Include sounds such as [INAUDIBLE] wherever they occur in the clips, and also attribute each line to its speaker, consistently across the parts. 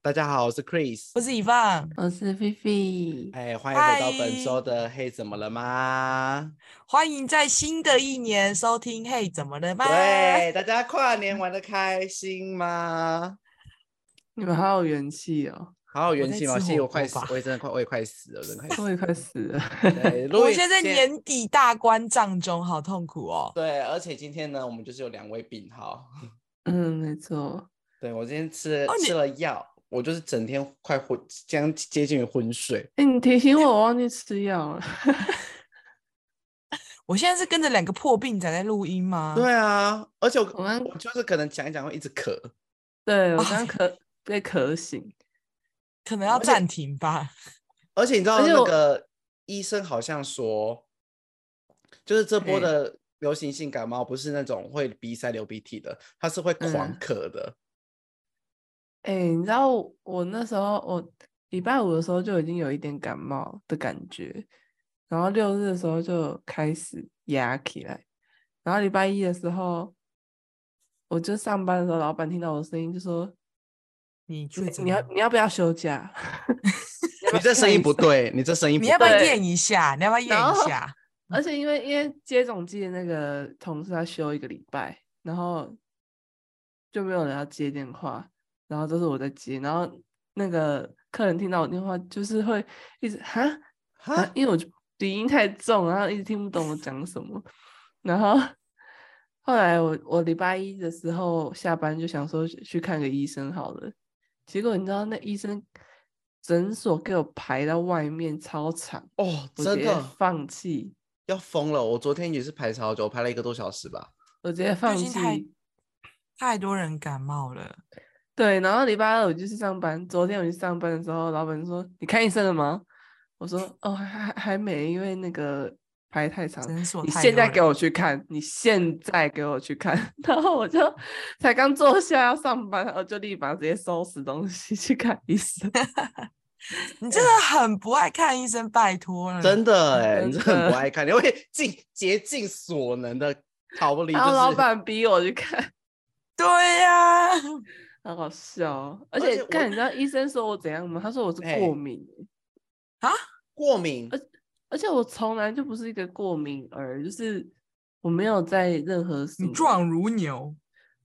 Speaker 1: 大家好，我是 Chris。
Speaker 2: 我是以放，
Speaker 3: 我是菲菲，
Speaker 1: 哎，欢迎回到本
Speaker 2: 嗨
Speaker 1: 周的《嘿，怎么了吗
Speaker 2: 欢迎在新的一年收听。嘿，怎么了》。吗？
Speaker 1: 对，大家跨年玩的开心吗？
Speaker 3: 你们好有元气哦！
Speaker 1: 好有元
Speaker 2: 在
Speaker 1: 气吗？
Speaker 2: 吃
Speaker 1: 其实
Speaker 2: 火
Speaker 1: 我快
Speaker 2: 锅
Speaker 1: 死
Speaker 2: 吧，
Speaker 1: 我也真的快，我也快死了，我真的快死
Speaker 2: [LAUGHS]
Speaker 3: 我也快死了，
Speaker 1: 了。对录
Speaker 2: 我
Speaker 1: 影
Speaker 2: 现在在
Speaker 1: 间
Speaker 2: 年底大关账中，好痛苦哦。
Speaker 1: 对，而且今天呢，我们就是有两位病号。
Speaker 3: 嗯，没错，
Speaker 1: 对我今天吃了
Speaker 2: 哦你
Speaker 1: 吃了药，我就是整天快昏，将接近于昏睡。
Speaker 3: 哎、你提醒我，我忘记吃药了，
Speaker 2: 我现在是跟着两个破病仔在录音吗？
Speaker 1: 对啊，而且我
Speaker 3: 我们
Speaker 1: 我就是可能讲一讲会一直咳。
Speaker 3: 对我
Speaker 2: 哦
Speaker 3: 刚咳被咳醒，
Speaker 2: 可能要
Speaker 1: 且
Speaker 2: 暂停吧。
Speaker 1: 而且你知道
Speaker 3: 而且
Speaker 1: 那
Speaker 3: 我
Speaker 1: 个医生好像说，就是这波
Speaker 3: 嘿
Speaker 1: 的流行性感冒不是那种会鼻塞流鼻涕的，它是会狂
Speaker 3: 嗯
Speaker 1: 咳的。
Speaker 3: 哎、你知道我我那时候我礼拜五的时候就已经有一点感冒的感觉，然后六日的时候就开始压起来，然后礼拜一的时候，我就上班的时候，老板听到我的声音就说
Speaker 2: 你确
Speaker 3: 你：“
Speaker 2: 诊
Speaker 3: 你要
Speaker 2: 了
Speaker 3: 你要不要休假？”
Speaker 2: [LAUGHS]
Speaker 3: 要
Speaker 1: 你
Speaker 3: 要
Speaker 1: 这
Speaker 3: 看
Speaker 1: 声音
Speaker 3: 医
Speaker 1: 不
Speaker 3: 生
Speaker 1: 对，你这声音
Speaker 2: 你要不要
Speaker 3: 对
Speaker 2: 验一下？你要不要验
Speaker 3: 然后
Speaker 2: 一下？
Speaker 3: 而且因为因为接种机的那个同事他休一个礼拜，然后就没有人要接电话，然后都是我在接，然后那个客人听到我电话就是会一直哈啊
Speaker 1: 啊，，
Speaker 3: 因为我就鼻音太重，然后一直听不懂我讲什么，然后后来我我礼拜一的时候下班就想说去去看个医生好了，结果你知道那医生诊所给我排到外面超长，
Speaker 1: 哦，
Speaker 3: 我直
Speaker 1: 真
Speaker 3: 接
Speaker 1: 的
Speaker 3: 放弃。
Speaker 1: 要疯了！我昨天也是排超久，我排了一个多小时吧。
Speaker 3: 我直接放
Speaker 2: 近太
Speaker 3: 弃。
Speaker 2: 太多人感冒了，
Speaker 3: 对，然后礼拜二我就去上班。昨天我去上班的时候，老板说：“你看医生了吗？”我说：“哦，还还还没，因为那个排太长。”
Speaker 2: 诊所
Speaker 3: 你
Speaker 2: 太
Speaker 3: 现
Speaker 2: 多
Speaker 3: 在
Speaker 2: 人
Speaker 3: 给我去看，你现在给我去看。 [LAUGHS] 然后我就才刚坐下要上班，我就立马直接收拾东西去看医生。
Speaker 2: 你真的很不爱看医生，拜托了。
Speaker 1: 真的哎，你
Speaker 3: 真
Speaker 1: 真的很不
Speaker 3: 的
Speaker 1: 爱看，你会尽竭尽所能的逃离，就
Speaker 3: 然后老
Speaker 1: 是
Speaker 3: 板逼我去看， [LAUGHS]
Speaker 2: 对呀、
Speaker 3: 好好笑哦。
Speaker 1: 而
Speaker 3: 而
Speaker 1: 且
Speaker 3: 且
Speaker 1: 我
Speaker 3: 看你知道医生说我怎样吗？他说我是
Speaker 1: 哎
Speaker 3: 过敏。
Speaker 1: 过敏
Speaker 3: 呃。而且我从来就不是一个过敏儿，就是我没有在任何什
Speaker 2: 你
Speaker 3: 么。
Speaker 2: 壮如牛，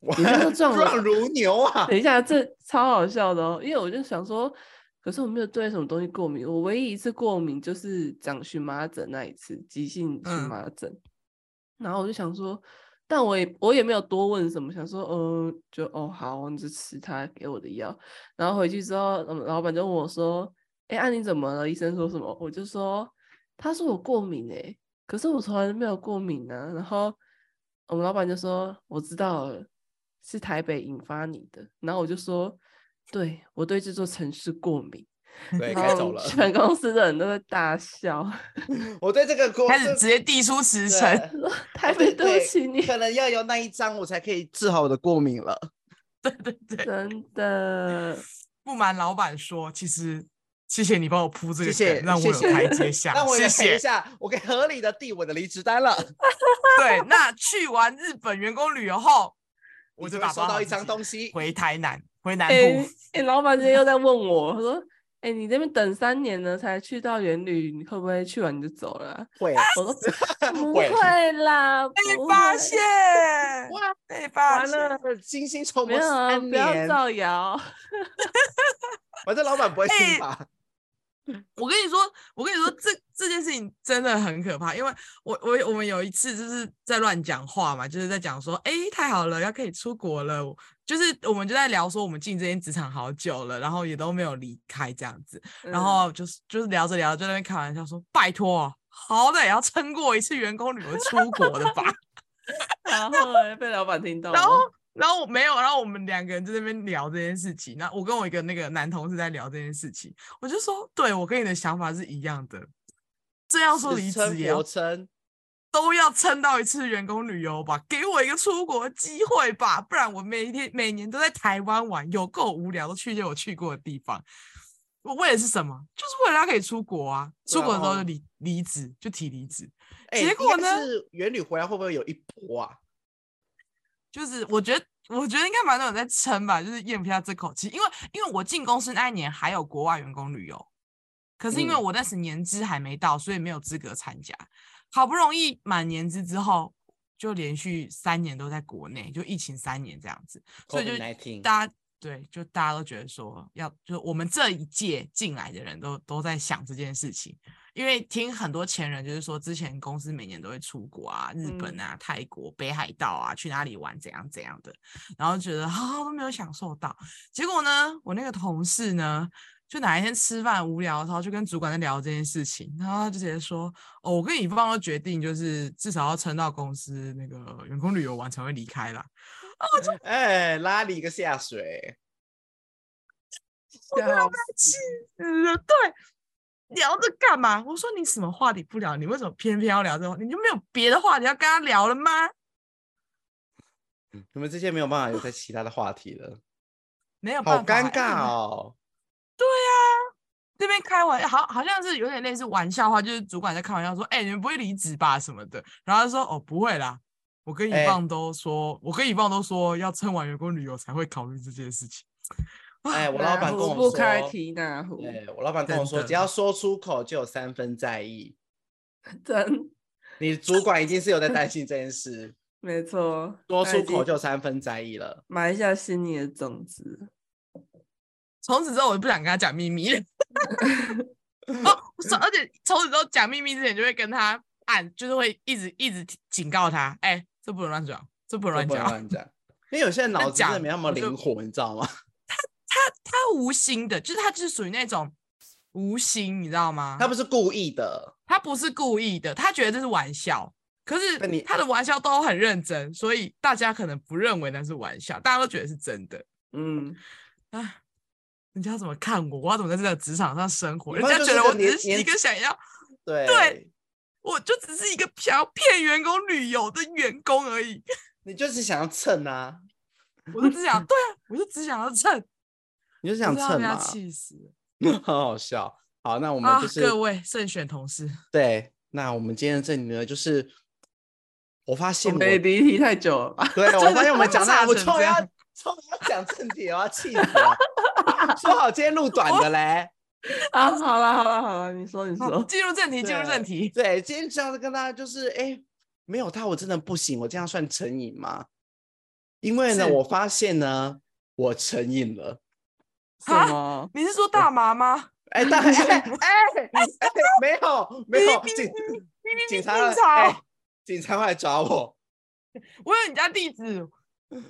Speaker 1: 哇
Speaker 3: 你那
Speaker 1: [LAUGHS]
Speaker 3: 个壮的
Speaker 1: 壮如牛啊！
Speaker 3: 等一下，这超好笑的哦，因为我就想说，可是我没有对什么东西过敏，我唯一一次过敏就是长荨麻疹那一次，急性荨
Speaker 2: 嗯
Speaker 3: 麻疹。然后我就想说，但我也我也没有多问什么，想说，嗯、就哦好，你就吃他给我的药。然后回去之后，嗯老板就问我说，哎、啊你怎么了？医生说什么？我就说，他说我过敏哎、可是我从来都没有过敏啊。然后我们老板就说：“我知道了，是台北引发你的。”然后我就说：“对，我对这座城市过敏。”
Speaker 1: 对，
Speaker 3: 然
Speaker 1: 该走
Speaker 3: 后
Speaker 1: 了。
Speaker 3: 全公司的人都在大
Speaker 1: [LAUGHS]
Speaker 3: 笑，
Speaker 1: 我对这个锅
Speaker 2: 开始直接递出辞呈。
Speaker 3: 说：“台北，哎对不起你，
Speaker 1: 可能要有那一张我才可以治好我的过敏了。
Speaker 2: 对对对，
Speaker 3: 真的。
Speaker 2: 不瞒老板说，其实谢谢你帮我铺这
Speaker 1: 谢
Speaker 2: 个
Speaker 1: 谢，
Speaker 2: 梗，让我
Speaker 1: 谢
Speaker 2: 有
Speaker 1: 谢
Speaker 2: 台阶下。
Speaker 1: [LAUGHS] 让我
Speaker 2: 谢
Speaker 1: 有台阶
Speaker 2: 谢。
Speaker 1: 下，我可以合理的递我的离职单了。
Speaker 2: 对，那去完日本员工旅游后，我
Speaker 1: 你
Speaker 2: 就
Speaker 1: 会
Speaker 2: 打
Speaker 1: 收
Speaker 2: 包好
Speaker 1: 到一
Speaker 2: 自
Speaker 1: 张
Speaker 2: 己
Speaker 1: 东西，
Speaker 2: 回台南，回南部。
Speaker 3: 哎哎，老板今天又在问我，他说：“哎、你这边等三年呢才去到园旅，你会不会去完你就走了啊
Speaker 1: 会？”
Speaker 3: 我说：“
Speaker 1: [LAUGHS]
Speaker 3: 不
Speaker 1: 会
Speaker 3: 会啦，不
Speaker 2: 被
Speaker 3: 会
Speaker 2: 发现，
Speaker 1: [LAUGHS] 哇，
Speaker 2: 被发
Speaker 3: 完
Speaker 2: 现。
Speaker 3: 了，
Speaker 1: 精心筹
Speaker 3: 没
Speaker 1: 谋
Speaker 3: 有啊，
Speaker 1: 三
Speaker 3: 不要
Speaker 1: 年，
Speaker 3: 造谣。”嗯
Speaker 1: 反正老板不会听
Speaker 2: 哎
Speaker 1: 吧？
Speaker 2: 我跟你说，我跟你说，这这件事情真的很可怕，因为我我我们有一次就是在乱讲话嘛，就是在讲说，哎，太好了，要可以出国了，就是我们就在聊说，我们进这间职场好久了，然后也都没有离开这样子，然
Speaker 3: 嗯
Speaker 2: 后就是就是聊着聊着就在那边开玩笑说，拜托，哦好歹也要撑过一次员工旅游出国的吧。
Speaker 1: [LAUGHS]
Speaker 3: 然后嘞被老板听到了，
Speaker 2: 然后然后我没有，然后我们两个人在那边聊这件事情。那我跟我一个那个男同事在聊这件事情，我就说，对我跟你的想法是一样的。这样说离
Speaker 1: 死
Speaker 2: 职
Speaker 1: 撑
Speaker 2: 也
Speaker 1: 活
Speaker 2: 要
Speaker 1: 撑，
Speaker 2: 都要撑到一次员工旅游吧，给我一个出国机会吧，不然我每一天每年都在台湾玩，有够无聊，都去一些我去过的地方。我为的是什么？就是为了他可以出国啊！
Speaker 1: 对
Speaker 2: 出
Speaker 1: 啊
Speaker 2: 国的时候
Speaker 1: 哦
Speaker 2: 就离离职，就提离职。
Speaker 1: 哎
Speaker 2: 结
Speaker 1: 应
Speaker 2: 果
Speaker 1: 该
Speaker 2: 呢
Speaker 1: 是元旅回来会不会有一波啊？
Speaker 2: 就是我觉得，我觉得应该蛮多人在撑吧，就是咽不下这口气，因为因为我进公司那一年还有国外员工旅游，可是因为
Speaker 1: 嗯
Speaker 2: 我那时年资还没到，所以没有资格参加。好不容易满年资之后，就连续三年都在国内，就疫情三年这样子，所以就
Speaker 1: COVID-19
Speaker 2: 大家对，就大家都觉得说要，就我们这一届进来的人都都在想这件事情，因为听很多前人就是说，之前公司每年都会出国啊，日本
Speaker 3: 嗯
Speaker 2: 啊、泰国、北海道啊，去哪里玩怎样怎样的，然后觉得啊、都没有享受到。结果呢，我那个同事呢，就哪一天吃饭无聊的时候，就跟主管在聊这件事情，然后他就直接说：“哦，我跟乙方都决定，就是至少要撑到公司那个员工旅游完才会离开啦。”
Speaker 1: 哎，拉你一个下水，
Speaker 3: 笑
Speaker 2: 气死了！对，聊这干嘛？我说你什么话题不聊？你为什么偏偏要聊这个话题？你就没有别的话题要跟他聊了吗？
Speaker 1: 嗯你们之间没有办法有在其他的话题了，
Speaker 2: 没有
Speaker 1: 好
Speaker 2: 办法欸，
Speaker 1: 尴尬
Speaker 2: 哎
Speaker 1: 哦。
Speaker 2: 这边开玩好好像是有点类似玩笑话，就是主管在开玩笑说：“哎、你们不会离职吧？”什么的。然后他说：“哦，不会啦，我跟乙
Speaker 1: 哎
Speaker 2: 方都说，我跟乙方都说要撑完员工旅游才会考虑这件事情。
Speaker 1: 哎，我
Speaker 3: 哪
Speaker 1: 老板
Speaker 3: 壶
Speaker 1: 跟我
Speaker 3: 不
Speaker 1: 说，
Speaker 3: 开提哪壶，
Speaker 1: 对我老板跟我
Speaker 2: 真
Speaker 1: 说，
Speaker 2: 的
Speaker 1: 只要说出口就有三分在意。
Speaker 3: 真
Speaker 1: 你主管一定是有在担心这件事，
Speaker 3: 没错，
Speaker 1: 说
Speaker 2: [LAUGHS]
Speaker 3: 他
Speaker 1: 出
Speaker 3: 已
Speaker 1: 口
Speaker 3: 经
Speaker 1: 就有三分在意了。
Speaker 3: 埋下心里的种子。
Speaker 2: 从此之后，我就不想跟他讲秘
Speaker 1: [LAUGHS]
Speaker 2: 密了。哦，我说而且从此之后讲秘密之前，就会跟他按，就是会一直一直警告他，哎、这不能乱讲，这不能
Speaker 1: 都
Speaker 2: 乱
Speaker 1: 不能乱
Speaker 2: 讲。
Speaker 1: 讲，因为有些人脑子真的
Speaker 2: 讲
Speaker 1: 没那么
Speaker 2: 我就
Speaker 1: 灵活，你知道吗？
Speaker 2: 他无心的，就是他就是属于那种无心，你知道吗？
Speaker 1: 他不是故意的，
Speaker 2: 他不是故意的，他觉得这是玩笑。可
Speaker 1: 那你
Speaker 2: 是他的玩笑都很认真，所以大家可能不认为那是玩笑，大家都觉得是真的。
Speaker 3: 嗯，
Speaker 2: 啊，人家怎么看我？我要怎么在这个职场上生活？
Speaker 1: 你
Speaker 2: 人
Speaker 1: 妈
Speaker 2: 家
Speaker 1: 就
Speaker 2: 觉
Speaker 1: 是
Speaker 2: 得
Speaker 1: 个
Speaker 2: 我只
Speaker 1: 年
Speaker 2: 是
Speaker 1: 年
Speaker 2: 一个想要
Speaker 1: 对
Speaker 2: 对我就只是一个想要骗员工旅游的员工而已，
Speaker 1: 你就是想要蹭啊，
Speaker 2: 我就只
Speaker 1: [LAUGHS]
Speaker 2: 想对啊，我就只想要蹭，
Speaker 1: 你就是
Speaker 2: 我
Speaker 1: 想
Speaker 2: 知道
Speaker 1: 蹭
Speaker 2: 被他
Speaker 1: 嘛，
Speaker 2: 气死了
Speaker 1: [LAUGHS] 很好笑。好，那我们
Speaker 2: 啊
Speaker 1: 就！是、
Speaker 2: 各位慎选同事，
Speaker 1: 对，那我们今天这里呢，就是我发
Speaker 3: 我
Speaker 1: 现我
Speaker 3: 们也离题太久了吧？
Speaker 1: [LAUGHS]
Speaker 3: [LAUGHS]
Speaker 1: 对，我发现我们讲
Speaker 2: [LAUGHS]
Speaker 1: 的
Speaker 2: 差
Speaker 1: 不
Speaker 2: 成
Speaker 1: 错，
Speaker 2: 这
Speaker 1: 要
Speaker 2: 样
Speaker 1: 错要讲正题，我要气死了。 [LAUGHS] 说好今天录短的嘞，
Speaker 3: 啊，好了好了好了，你说你
Speaker 2: 好
Speaker 3: 说，
Speaker 2: 进入正题，进入正题，
Speaker 1: 对，今天这样子跟大家就是，哎，没有他我真的不行，我这样算成瘾吗？因为呢，
Speaker 2: 是
Speaker 1: 我发现呢，我成瘾了。
Speaker 3: 什
Speaker 2: 啊
Speaker 3: 么？
Speaker 2: 你是说大麻吗？
Speaker 1: 哎，
Speaker 2: [LAUGHS]
Speaker 1: 大哎哎哎， [LAUGHS] 没有没有，警警察来
Speaker 2: 警察
Speaker 1: 哎，警察会来抓我，
Speaker 2: 我有你家地
Speaker 1: [LAUGHS]
Speaker 2: 址，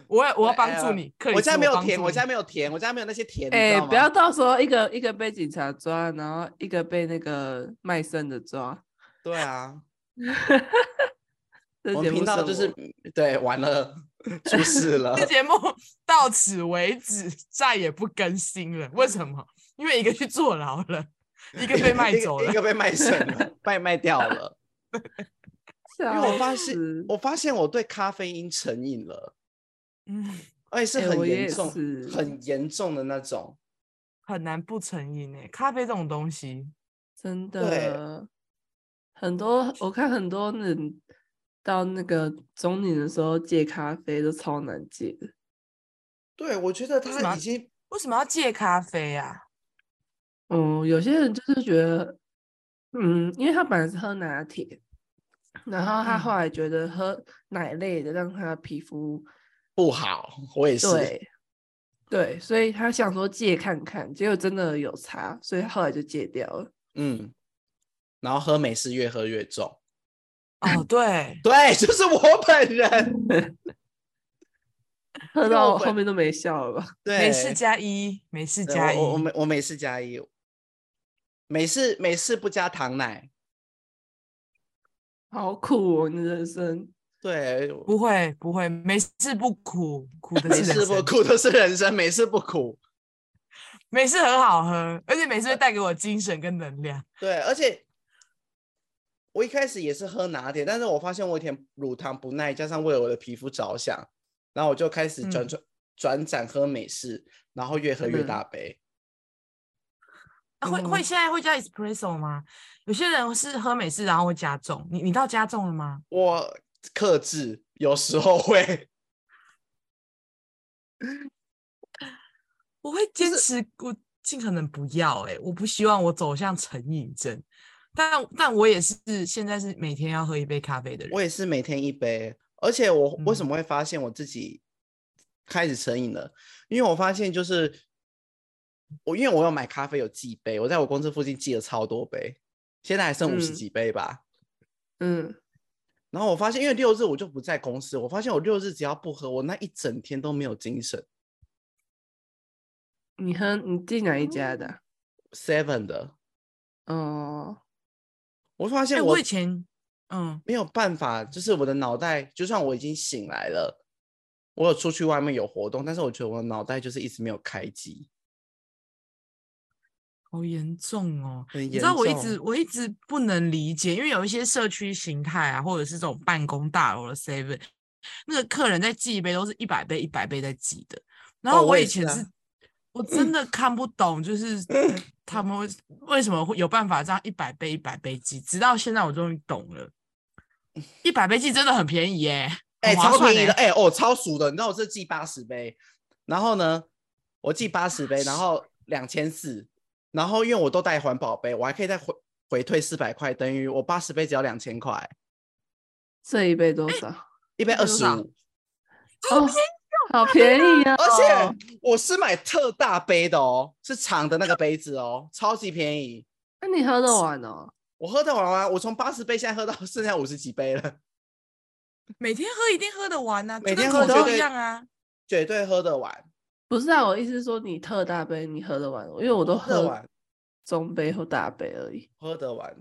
Speaker 2: 我也我要
Speaker 1: 对
Speaker 2: 帮
Speaker 1: 哎
Speaker 2: 助
Speaker 1: 呀
Speaker 2: 你。克里
Speaker 1: 我
Speaker 2: 斯
Speaker 1: 家没有
Speaker 2: 帮
Speaker 1: 田，
Speaker 2: 助
Speaker 1: 我
Speaker 2: 你
Speaker 1: 家没有田，我家没有那些田，你知
Speaker 3: 哎、
Speaker 1: 道
Speaker 3: 不要
Speaker 1: 吗？
Speaker 3: 到时候一个一个被警察抓，然后一个被那个卖身的抓。
Speaker 1: 对啊，
Speaker 3: 这
Speaker 1: 我
Speaker 3: 节
Speaker 1: 们
Speaker 3: 目
Speaker 1: 频道
Speaker 3: 生
Speaker 1: 就是
Speaker 3: 活
Speaker 1: 对，完了，出事了
Speaker 2: [LAUGHS] 这。节目到此为止，再也不更新了。为什么？因为一个去坐牢
Speaker 1: [LAUGHS]
Speaker 2: 了，一个被卖
Speaker 1: 一个
Speaker 2: 走
Speaker 1: 一
Speaker 2: 了。
Speaker 1: 个被卖肾了，被卖掉了。因为我
Speaker 3: 笑
Speaker 1: 发现
Speaker 3: 死，
Speaker 1: 我发现我对咖啡因成瘾了，
Speaker 2: [LAUGHS] 嗯，
Speaker 1: 而且是
Speaker 3: 哎我
Speaker 1: 很
Speaker 3: 也
Speaker 1: 严重、
Speaker 3: 是
Speaker 1: 很严重的那种。
Speaker 2: 很难不成瘾诶。咖啡这种东西，
Speaker 3: 真的很多，我看很多人到那个中年的时候戒咖啡都超难戒的。
Speaker 1: 对，我觉得
Speaker 2: 为什么
Speaker 1: 它
Speaker 2: 要
Speaker 1: 已经
Speaker 2: 为什么要戒咖啡啊？
Speaker 3: 嗯，有些人就是觉得，嗯，因为他本来是喝拿铁，然后他后
Speaker 2: 嗯
Speaker 3: 来觉得喝奶类的让他的皮肤
Speaker 1: 不好，我也是。
Speaker 3: 对，对，所以他想说戒看看，结果真的有差，所以后来就戒掉了。
Speaker 1: 嗯，然后喝美式越喝越重。
Speaker 2: 哦，对， [LAUGHS]
Speaker 1: 对，就是我本人。
Speaker 3: 喝
Speaker 1: 为
Speaker 3: 到
Speaker 1: 我
Speaker 3: 后
Speaker 1: 本
Speaker 3: 面都没笑了吧？
Speaker 1: 对，
Speaker 2: 美式加一，美式
Speaker 1: 对
Speaker 2: 加一，
Speaker 1: 我我美我美式加一，美式美式不加糖奶。
Speaker 3: 好苦哦，你的人生。
Speaker 1: 对，
Speaker 2: 不会不会，美式不苦，苦的
Speaker 1: 美
Speaker 2: 是人
Speaker 1: 式不
Speaker 2: 生。
Speaker 1: 苦都是人生，美式不苦。
Speaker 2: [LAUGHS] 美式很好喝，而且美式会带给我精神跟能量。
Speaker 1: 对，而且我一开始也是喝拿铁，但是我发现我有点乳糖不耐，加上为了我的皮肤着想，然后我就开始转
Speaker 2: 嗯
Speaker 1: 转转展喝美式，然后越喝越
Speaker 3: 嗯
Speaker 1: 大杯。
Speaker 2: 啊会会现在会加 espresso 吗？有些人是喝美式然后会加重，你你到加重了吗？
Speaker 1: 我克制，有时候会，
Speaker 2: 我会坚持，我尽可能不要、欸。我不希望我走向成瘾症，但但我也是现在是每天要喝一杯咖啡的人。
Speaker 1: 我也是每天一杯。而且我为什
Speaker 2: 嗯
Speaker 1: 么会发现我自己开始成瘾了？因为我发现就是我，因为我有买咖啡有寄杯，我在我公司附近寄了超多杯，现在还剩五十
Speaker 3: 嗯
Speaker 1: 几杯吧。
Speaker 3: 嗯，
Speaker 1: 然后我发现，因为六日我就不在公司，我发现我六日只要不喝，我那一整天都没有精神。
Speaker 3: 你喝你进哪一家的啊？
Speaker 1: Seven 的，
Speaker 3: 哦，
Speaker 1: 我发
Speaker 2: 哎、
Speaker 1: 现我
Speaker 2: 我以前嗯，
Speaker 1: 没有办法，就是我的脑袋，就算我已经醒来了，我有出去外面有活动，但是我觉得我的脑袋就是一直没有开机，
Speaker 2: 好严重哦。
Speaker 1: 很严
Speaker 2: 你知道我一直
Speaker 1: 重
Speaker 2: 我一直不能理解，因为有一些社区形态啊，或者是这种办公大楼的 seven，那个客人在寄一杯都是一百杯一百杯在寄的。然
Speaker 1: 哦
Speaker 2: 后
Speaker 1: 我
Speaker 2: 我
Speaker 1: 也
Speaker 2: 以
Speaker 1: 是
Speaker 2: 前
Speaker 1: 啊嗯
Speaker 2: 是，我真的看不懂，就是他们为为什么会有办法这样一百杯一百杯寄，直到现在我终于懂了，一百杯寄真的很便宜耶、
Speaker 1: 哎、
Speaker 2: 很划
Speaker 1: 超
Speaker 2: 算欸
Speaker 1: 便宜
Speaker 2: 耶
Speaker 1: 的，哎、哦，超熟的，你知道我这寄八十杯，然后呢，我寄八十杯，然后两千四，然后因为我都带环保杯，我还可以再回回退四百块，等于我八十杯只要两千块，
Speaker 3: 这一杯多
Speaker 1: 哎
Speaker 3: 少？
Speaker 1: 一杯
Speaker 2: 那
Speaker 1: 二
Speaker 2: 多
Speaker 1: 十
Speaker 2: 少
Speaker 1: 五。
Speaker 3: 哦，好便宜啊！
Speaker 2: 哦
Speaker 1: 而且我是买特大杯的哦，是长的那个杯子哦，超级便宜。
Speaker 3: 那你喝得完哦？
Speaker 1: 我喝得完啊，我从八十杯现在喝到剩下五十几杯了，
Speaker 2: 每天喝一定喝得完呐、啊，就
Speaker 1: 每
Speaker 2: 跟
Speaker 1: 天
Speaker 2: 口
Speaker 1: 喝
Speaker 2: 罩
Speaker 1: 绝对
Speaker 2: 一样啊。，
Speaker 1: 绝对喝得完。
Speaker 3: 不是啊，我意思是说你特大杯你喝得完，哦因为我都
Speaker 1: 喝得
Speaker 3: 喝
Speaker 1: 完
Speaker 3: 中杯或大杯而已。
Speaker 1: 喝得完。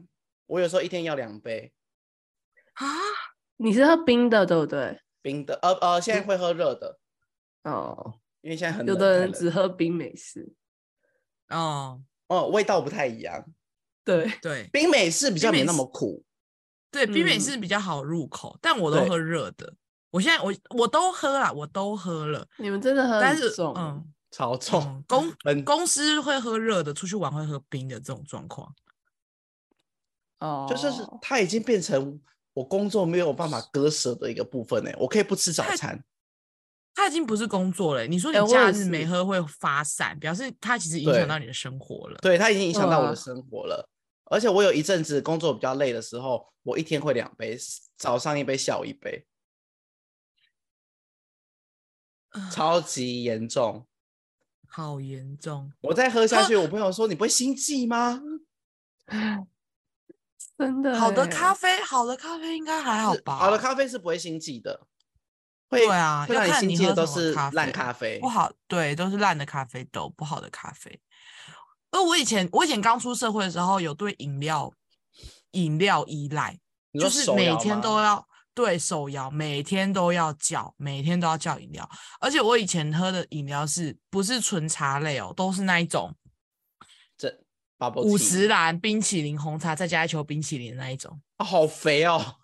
Speaker 1: 我有时候一天要两杯
Speaker 2: 啊，
Speaker 3: 你是喝冰的对不对？
Speaker 1: 冰的，呃呃，现在会喝热的，
Speaker 3: 哦，
Speaker 1: 因为现在很
Speaker 3: 有
Speaker 1: 冷
Speaker 3: 的
Speaker 1: 太
Speaker 3: 人
Speaker 1: 冷
Speaker 3: 只喝冰美式，
Speaker 2: 哦，
Speaker 1: 哦，味道不太一样。
Speaker 3: 对，
Speaker 1: [LAUGHS]
Speaker 2: 对
Speaker 1: 冰美式比较
Speaker 2: 冰美
Speaker 1: 没那
Speaker 2: 式
Speaker 1: 么苦，
Speaker 2: 对，冰美
Speaker 3: 嗯
Speaker 2: 式比较好入口，但我都
Speaker 1: 对
Speaker 2: 喝热的。我现在我我都喝了，我都喝了，
Speaker 3: 你们真的喝
Speaker 2: 但
Speaker 3: 很
Speaker 2: 是
Speaker 3: 重欸，
Speaker 2: 嗯
Speaker 1: 超重。
Speaker 2: 嗯，公
Speaker 1: [LAUGHS] 很
Speaker 2: 公司会喝热的，出去玩会喝冰的这种状况。
Speaker 3: 哦，
Speaker 1: 就是是它已经变成我工作没有办法割舍的一个部分呢、欸我可以不吃早
Speaker 2: 太
Speaker 1: 餐，
Speaker 2: 他已经不是工作了欸、你说你
Speaker 3: 哎我
Speaker 2: 假
Speaker 3: 也
Speaker 2: 日没
Speaker 3: 是
Speaker 2: 喝会发散，表示他其实影
Speaker 1: 对
Speaker 2: 响到你的生活了。
Speaker 1: 对，它已经影响到我
Speaker 3: 哇
Speaker 1: 的生活了。而且我有一阵子工作比较累的时候，我一天会两杯，早上一杯，下午一杯，
Speaker 2: 啊
Speaker 1: 超级严重。
Speaker 2: 好严重，
Speaker 1: 我再喝下
Speaker 2: 喝
Speaker 1: 去，我朋友说你不会心悸吗？
Speaker 3: [LAUGHS] 真的欸
Speaker 2: 好的咖
Speaker 3: 啡，
Speaker 2: 啡，好的咖啡应该还好
Speaker 1: 是
Speaker 2: 吧？
Speaker 1: 好的咖啡是不会心悸的，会
Speaker 2: 对啊
Speaker 1: 会
Speaker 2: 要
Speaker 1: 让
Speaker 2: 看
Speaker 1: 心
Speaker 2: 你
Speaker 1: 悸的
Speaker 2: 喝
Speaker 1: 都
Speaker 2: 什么
Speaker 1: 是
Speaker 2: 咖啡
Speaker 1: 烂咖啡
Speaker 2: 不。好，对，都是烂的咖啡豆，不好的咖啡。而我以前，我以前刚出社会的时候，有对饮料饮料依赖，
Speaker 1: 你
Speaker 2: 就
Speaker 1: 说
Speaker 2: 是
Speaker 1: 手
Speaker 2: 每
Speaker 1: 摇
Speaker 2: 天
Speaker 1: 吗
Speaker 2: 都要对手摇，每天都要叫，每天都要叫饮料。而且我以前喝的饮料是不是纯茶类哦，都是那一种
Speaker 1: 这 bubble
Speaker 2: 五十
Speaker 1: tea
Speaker 2: 兰冰淇淋红茶，再加一球冰淇淋的那一种。
Speaker 1: 啊好肥
Speaker 2: [LAUGHS]
Speaker 1: 哦，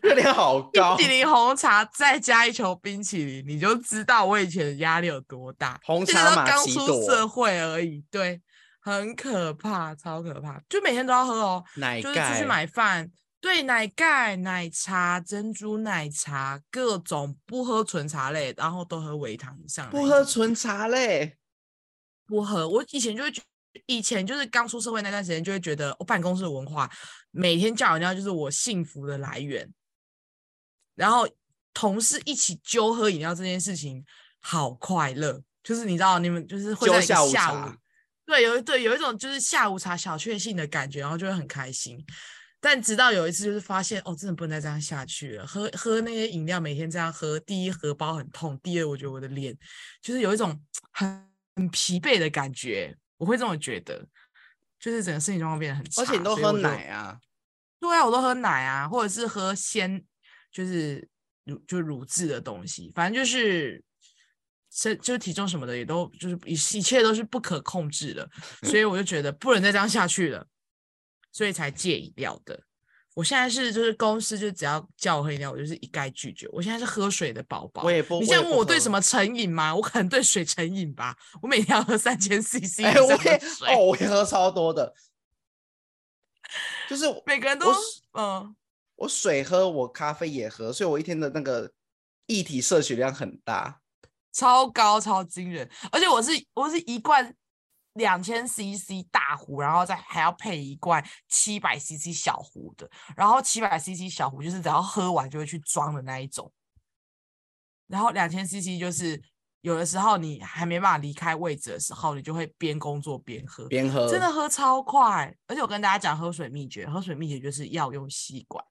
Speaker 1: 热量好高
Speaker 2: 冰淇。淋红茶再加一球冰淇淋，你就知道我以前的压力有多大。
Speaker 1: 红
Speaker 2: 就是
Speaker 1: 茶
Speaker 2: 说
Speaker 1: 玛
Speaker 2: 刚
Speaker 1: 奇
Speaker 2: 出
Speaker 1: 朵
Speaker 2: 社会而已，对，很可怕，超可怕，就每天都要喝哦，
Speaker 1: 奶
Speaker 2: 就是出
Speaker 1: 盖
Speaker 2: 去买饭，对，奶盖、奶茶、珍珠奶茶，各种不喝纯茶类，然后都喝微糖以上的那
Speaker 1: 不
Speaker 2: 一
Speaker 1: 喝
Speaker 2: 种
Speaker 1: 纯茶嘞，
Speaker 2: 不喝。我以前就会觉，以前就是刚出社会那段时间，就会觉得我、办公室文化，每天叫饮料就是我幸福的来源。然后同事一起揪喝饮料这件事情，好快乐。就是你知道，你们就是会
Speaker 1: 揪
Speaker 2: 在一个
Speaker 1: 下午
Speaker 2: 下午
Speaker 1: 茶，
Speaker 2: 对，有一对有一种就是下午茶小确幸的感觉，然后就会很开心。但直到有一次，就是发现哦，真的不能再这样下去了。喝喝那些饮料，每天这样喝，第一荷包很痛，第二我觉得我的脸就是有一种很很疲惫的感觉，我会这么觉得，就是整个身体状况变得很差。
Speaker 1: 而且你都
Speaker 2: 所以
Speaker 1: 喝
Speaker 2: 我就
Speaker 1: 奶啊，
Speaker 2: 对啊，我都喝奶啊，或者是喝鲜，就是乳就乳制的东西，反正就是身就是体重什么的也都就是一一切都是不可控制的，所以我就觉得不能再这样下去了。所以才戒饮料的。我现在是就是公司就只要叫我喝饮料，我就是一概拒绝。我现在是喝水的宝宝
Speaker 1: 我。也不，
Speaker 2: 你现
Speaker 1: 也
Speaker 2: 在问
Speaker 1: 不
Speaker 2: 我对
Speaker 1: 喝
Speaker 2: 什？么成瘾吗？我可能对水成瘾吧。我每天要喝三千 [LAUGHS] CC 以
Speaker 1: 哎、
Speaker 2: 上
Speaker 1: 我也
Speaker 2: 的水。
Speaker 1: 哦，我也喝超多
Speaker 2: [LAUGHS]
Speaker 1: 的，就是我
Speaker 2: 每个人都
Speaker 1: 我是
Speaker 2: 嗯，
Speaker 1: 我水喝，我咖啡也喝，所以我一天的那个液体摄取量很大。
Speaker 2: 超高超惊人，而且我是我是一罐两千 CC 大壶，然后再还要配一罐七百 CC 小壶的，然后七百 CC 小壶就是只要喝完就会去装的那一种，然后两千 CC 就是有的时候你还没办法离开位置的时候，你就会边工作边喝，
Speaker 1: 边喝
Speaker 2: 真的喝超快，而且我跟大家讲喝水秘诀，喝水秘诀就是要用吸管。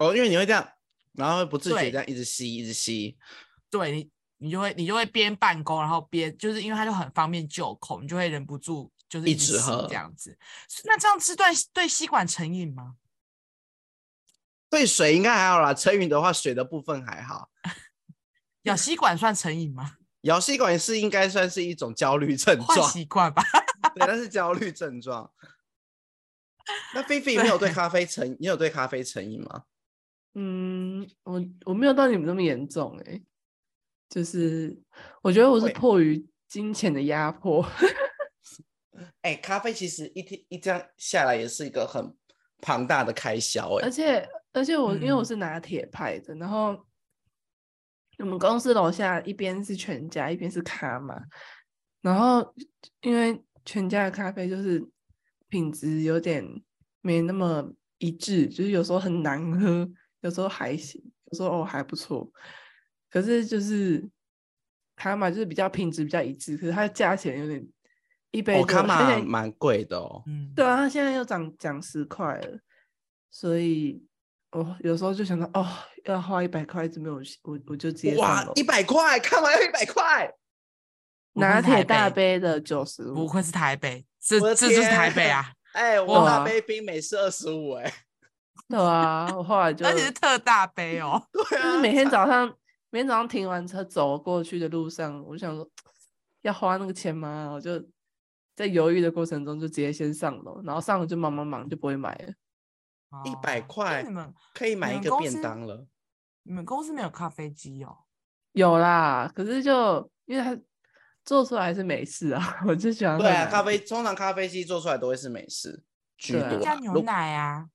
Speaker 1: 哦，因为你会这样，然后会不自觉
Speaker 2: 对
Speaker 1: 这样一直吸，一直吸。
Speaker 2: 对你，你就会你就会边办公，然后边就是因为它就很方便就口，你就会忍不住就是
Speaker 1: 一直
Speaker 2: 直吸
Speaker 1: 喝
Speaker 2: 这样子。那这样吃对对吸管成瘾吗？
Speaker 1: 对水应该还好啦，成瘾的话，水的部分还好。
Speaker 2: 咬吸管算成瘾吗？
Speaker 1: [LAUGHS] 咬吸管是应该算是一种焦虑症
Speaker 2: 坏
Speaker 1: 状，
Speaker 2: 习惯吧。
Speaker 1: 对，那是焦虑症状。那菲菲，你有对咖啡成，你有对咖啡成瘾吗？
Speaker 3: [LAUGHS] 嗯，我我没有到你们那么严重哎、就是我觉得我是
Speaker 1: 会
Speaker 3: 迫于金钱的压迫，
Speaker 1: 哎、咖啡其实一天一这样下来也是一个很庞大的开销、
Speaker 3: 而
Speaker 1: 哎，
Speaker 3: 且而且我因为我
Speaker 2: 嗯
Speaker 3: 是拿铁派的，然后我们公司楼下一边是全家，一边是咖嘛，然后因为全家的咖啡就是品质有点没那么一致，就是有时候很难喝，有时候还行，有时候哦还不错，可是就是咖嘛就是比较品质比较一致，可是它的价钱有点一杯
Speaker 1: 我
Speaker 3: 就
Speaker 1: 卡
Speaker 3: [LAUGHS] 而
Speaker 1: 玛
Speaker 3: 且
Speaker 1: 蛮贵的哦。
Speaker 2: 嗯，
Speaker 3: 对啊，它现在又涨涨十块了，所以我有时候就想到，哦，要花一百块，怎么我我我就直接上
Speaker 1: 嗯哇
Speaker 3: 楼，
Speaker 1: 一百块，卡玛要一百块，
Speaker 2: 不愧
Speaker 3: 拿
Speaker 2: 是台
Speaker 3: 铁大
Speaker 1: 欸
Speaker 2: 北
Speaker 3: 杯的九十
Speaker 2: 不
Speaker 3: 五，
Speaker 2: 愧是台北，这
Speaker 1: 我的
Speaker 2: 这就是台
Speaker 1: 天 [LAUGHS]
Speaker 2: 北啊，
Speaker 1: 哎、我
Speaker 3: 哇
Speaker 1: 那杯冰美式二十五，哎，
Speaker 3: 对啊，我后来就
Speaker 2: 而且是
Speaker 3: 就
Speaker 2: 特大杯哦。
Speaker 1: 对
Speaker 3: 是
Speaker 1: 啊，
Speaker 3: 每天早上每天早上停完车走过去的路上，我就想说要花那个钱吗？我就在犹豫的过程中就直接先上楼，然后上楼就忙忙忙就不会买了。
Speaker 1: 一百
Speaker 2: 哦
Speaker 1: 块
Speaker 2: 那你们
Speaker 1: 可以买一
Speaker 2: 你们
Speaker 1: 个
Speaker 2: 公
Speaker 1: 便
Speaker 2: 司
Speaker 1: 当了。
Speaker 2: 你们公司没有咖啡机哦？
Speaker 3: 有啦，可是就因为它做出来还是美式啊， [LAUGHS] 我就喜欢喝
Speaker 1: 对啊，
Speaker 3: 拿
Speaker 1: 咖
Speaker 3: 铁
Speaker 1: 啡通常咖啡机做出来都会是美式居
Speaker 3: 对啊
Speaker 1: 多
Speaker 2: 加
Speaker 1: 啊，
Speaker 2: 牛
Speaker 1: 如
Speaker 2: 奶啊，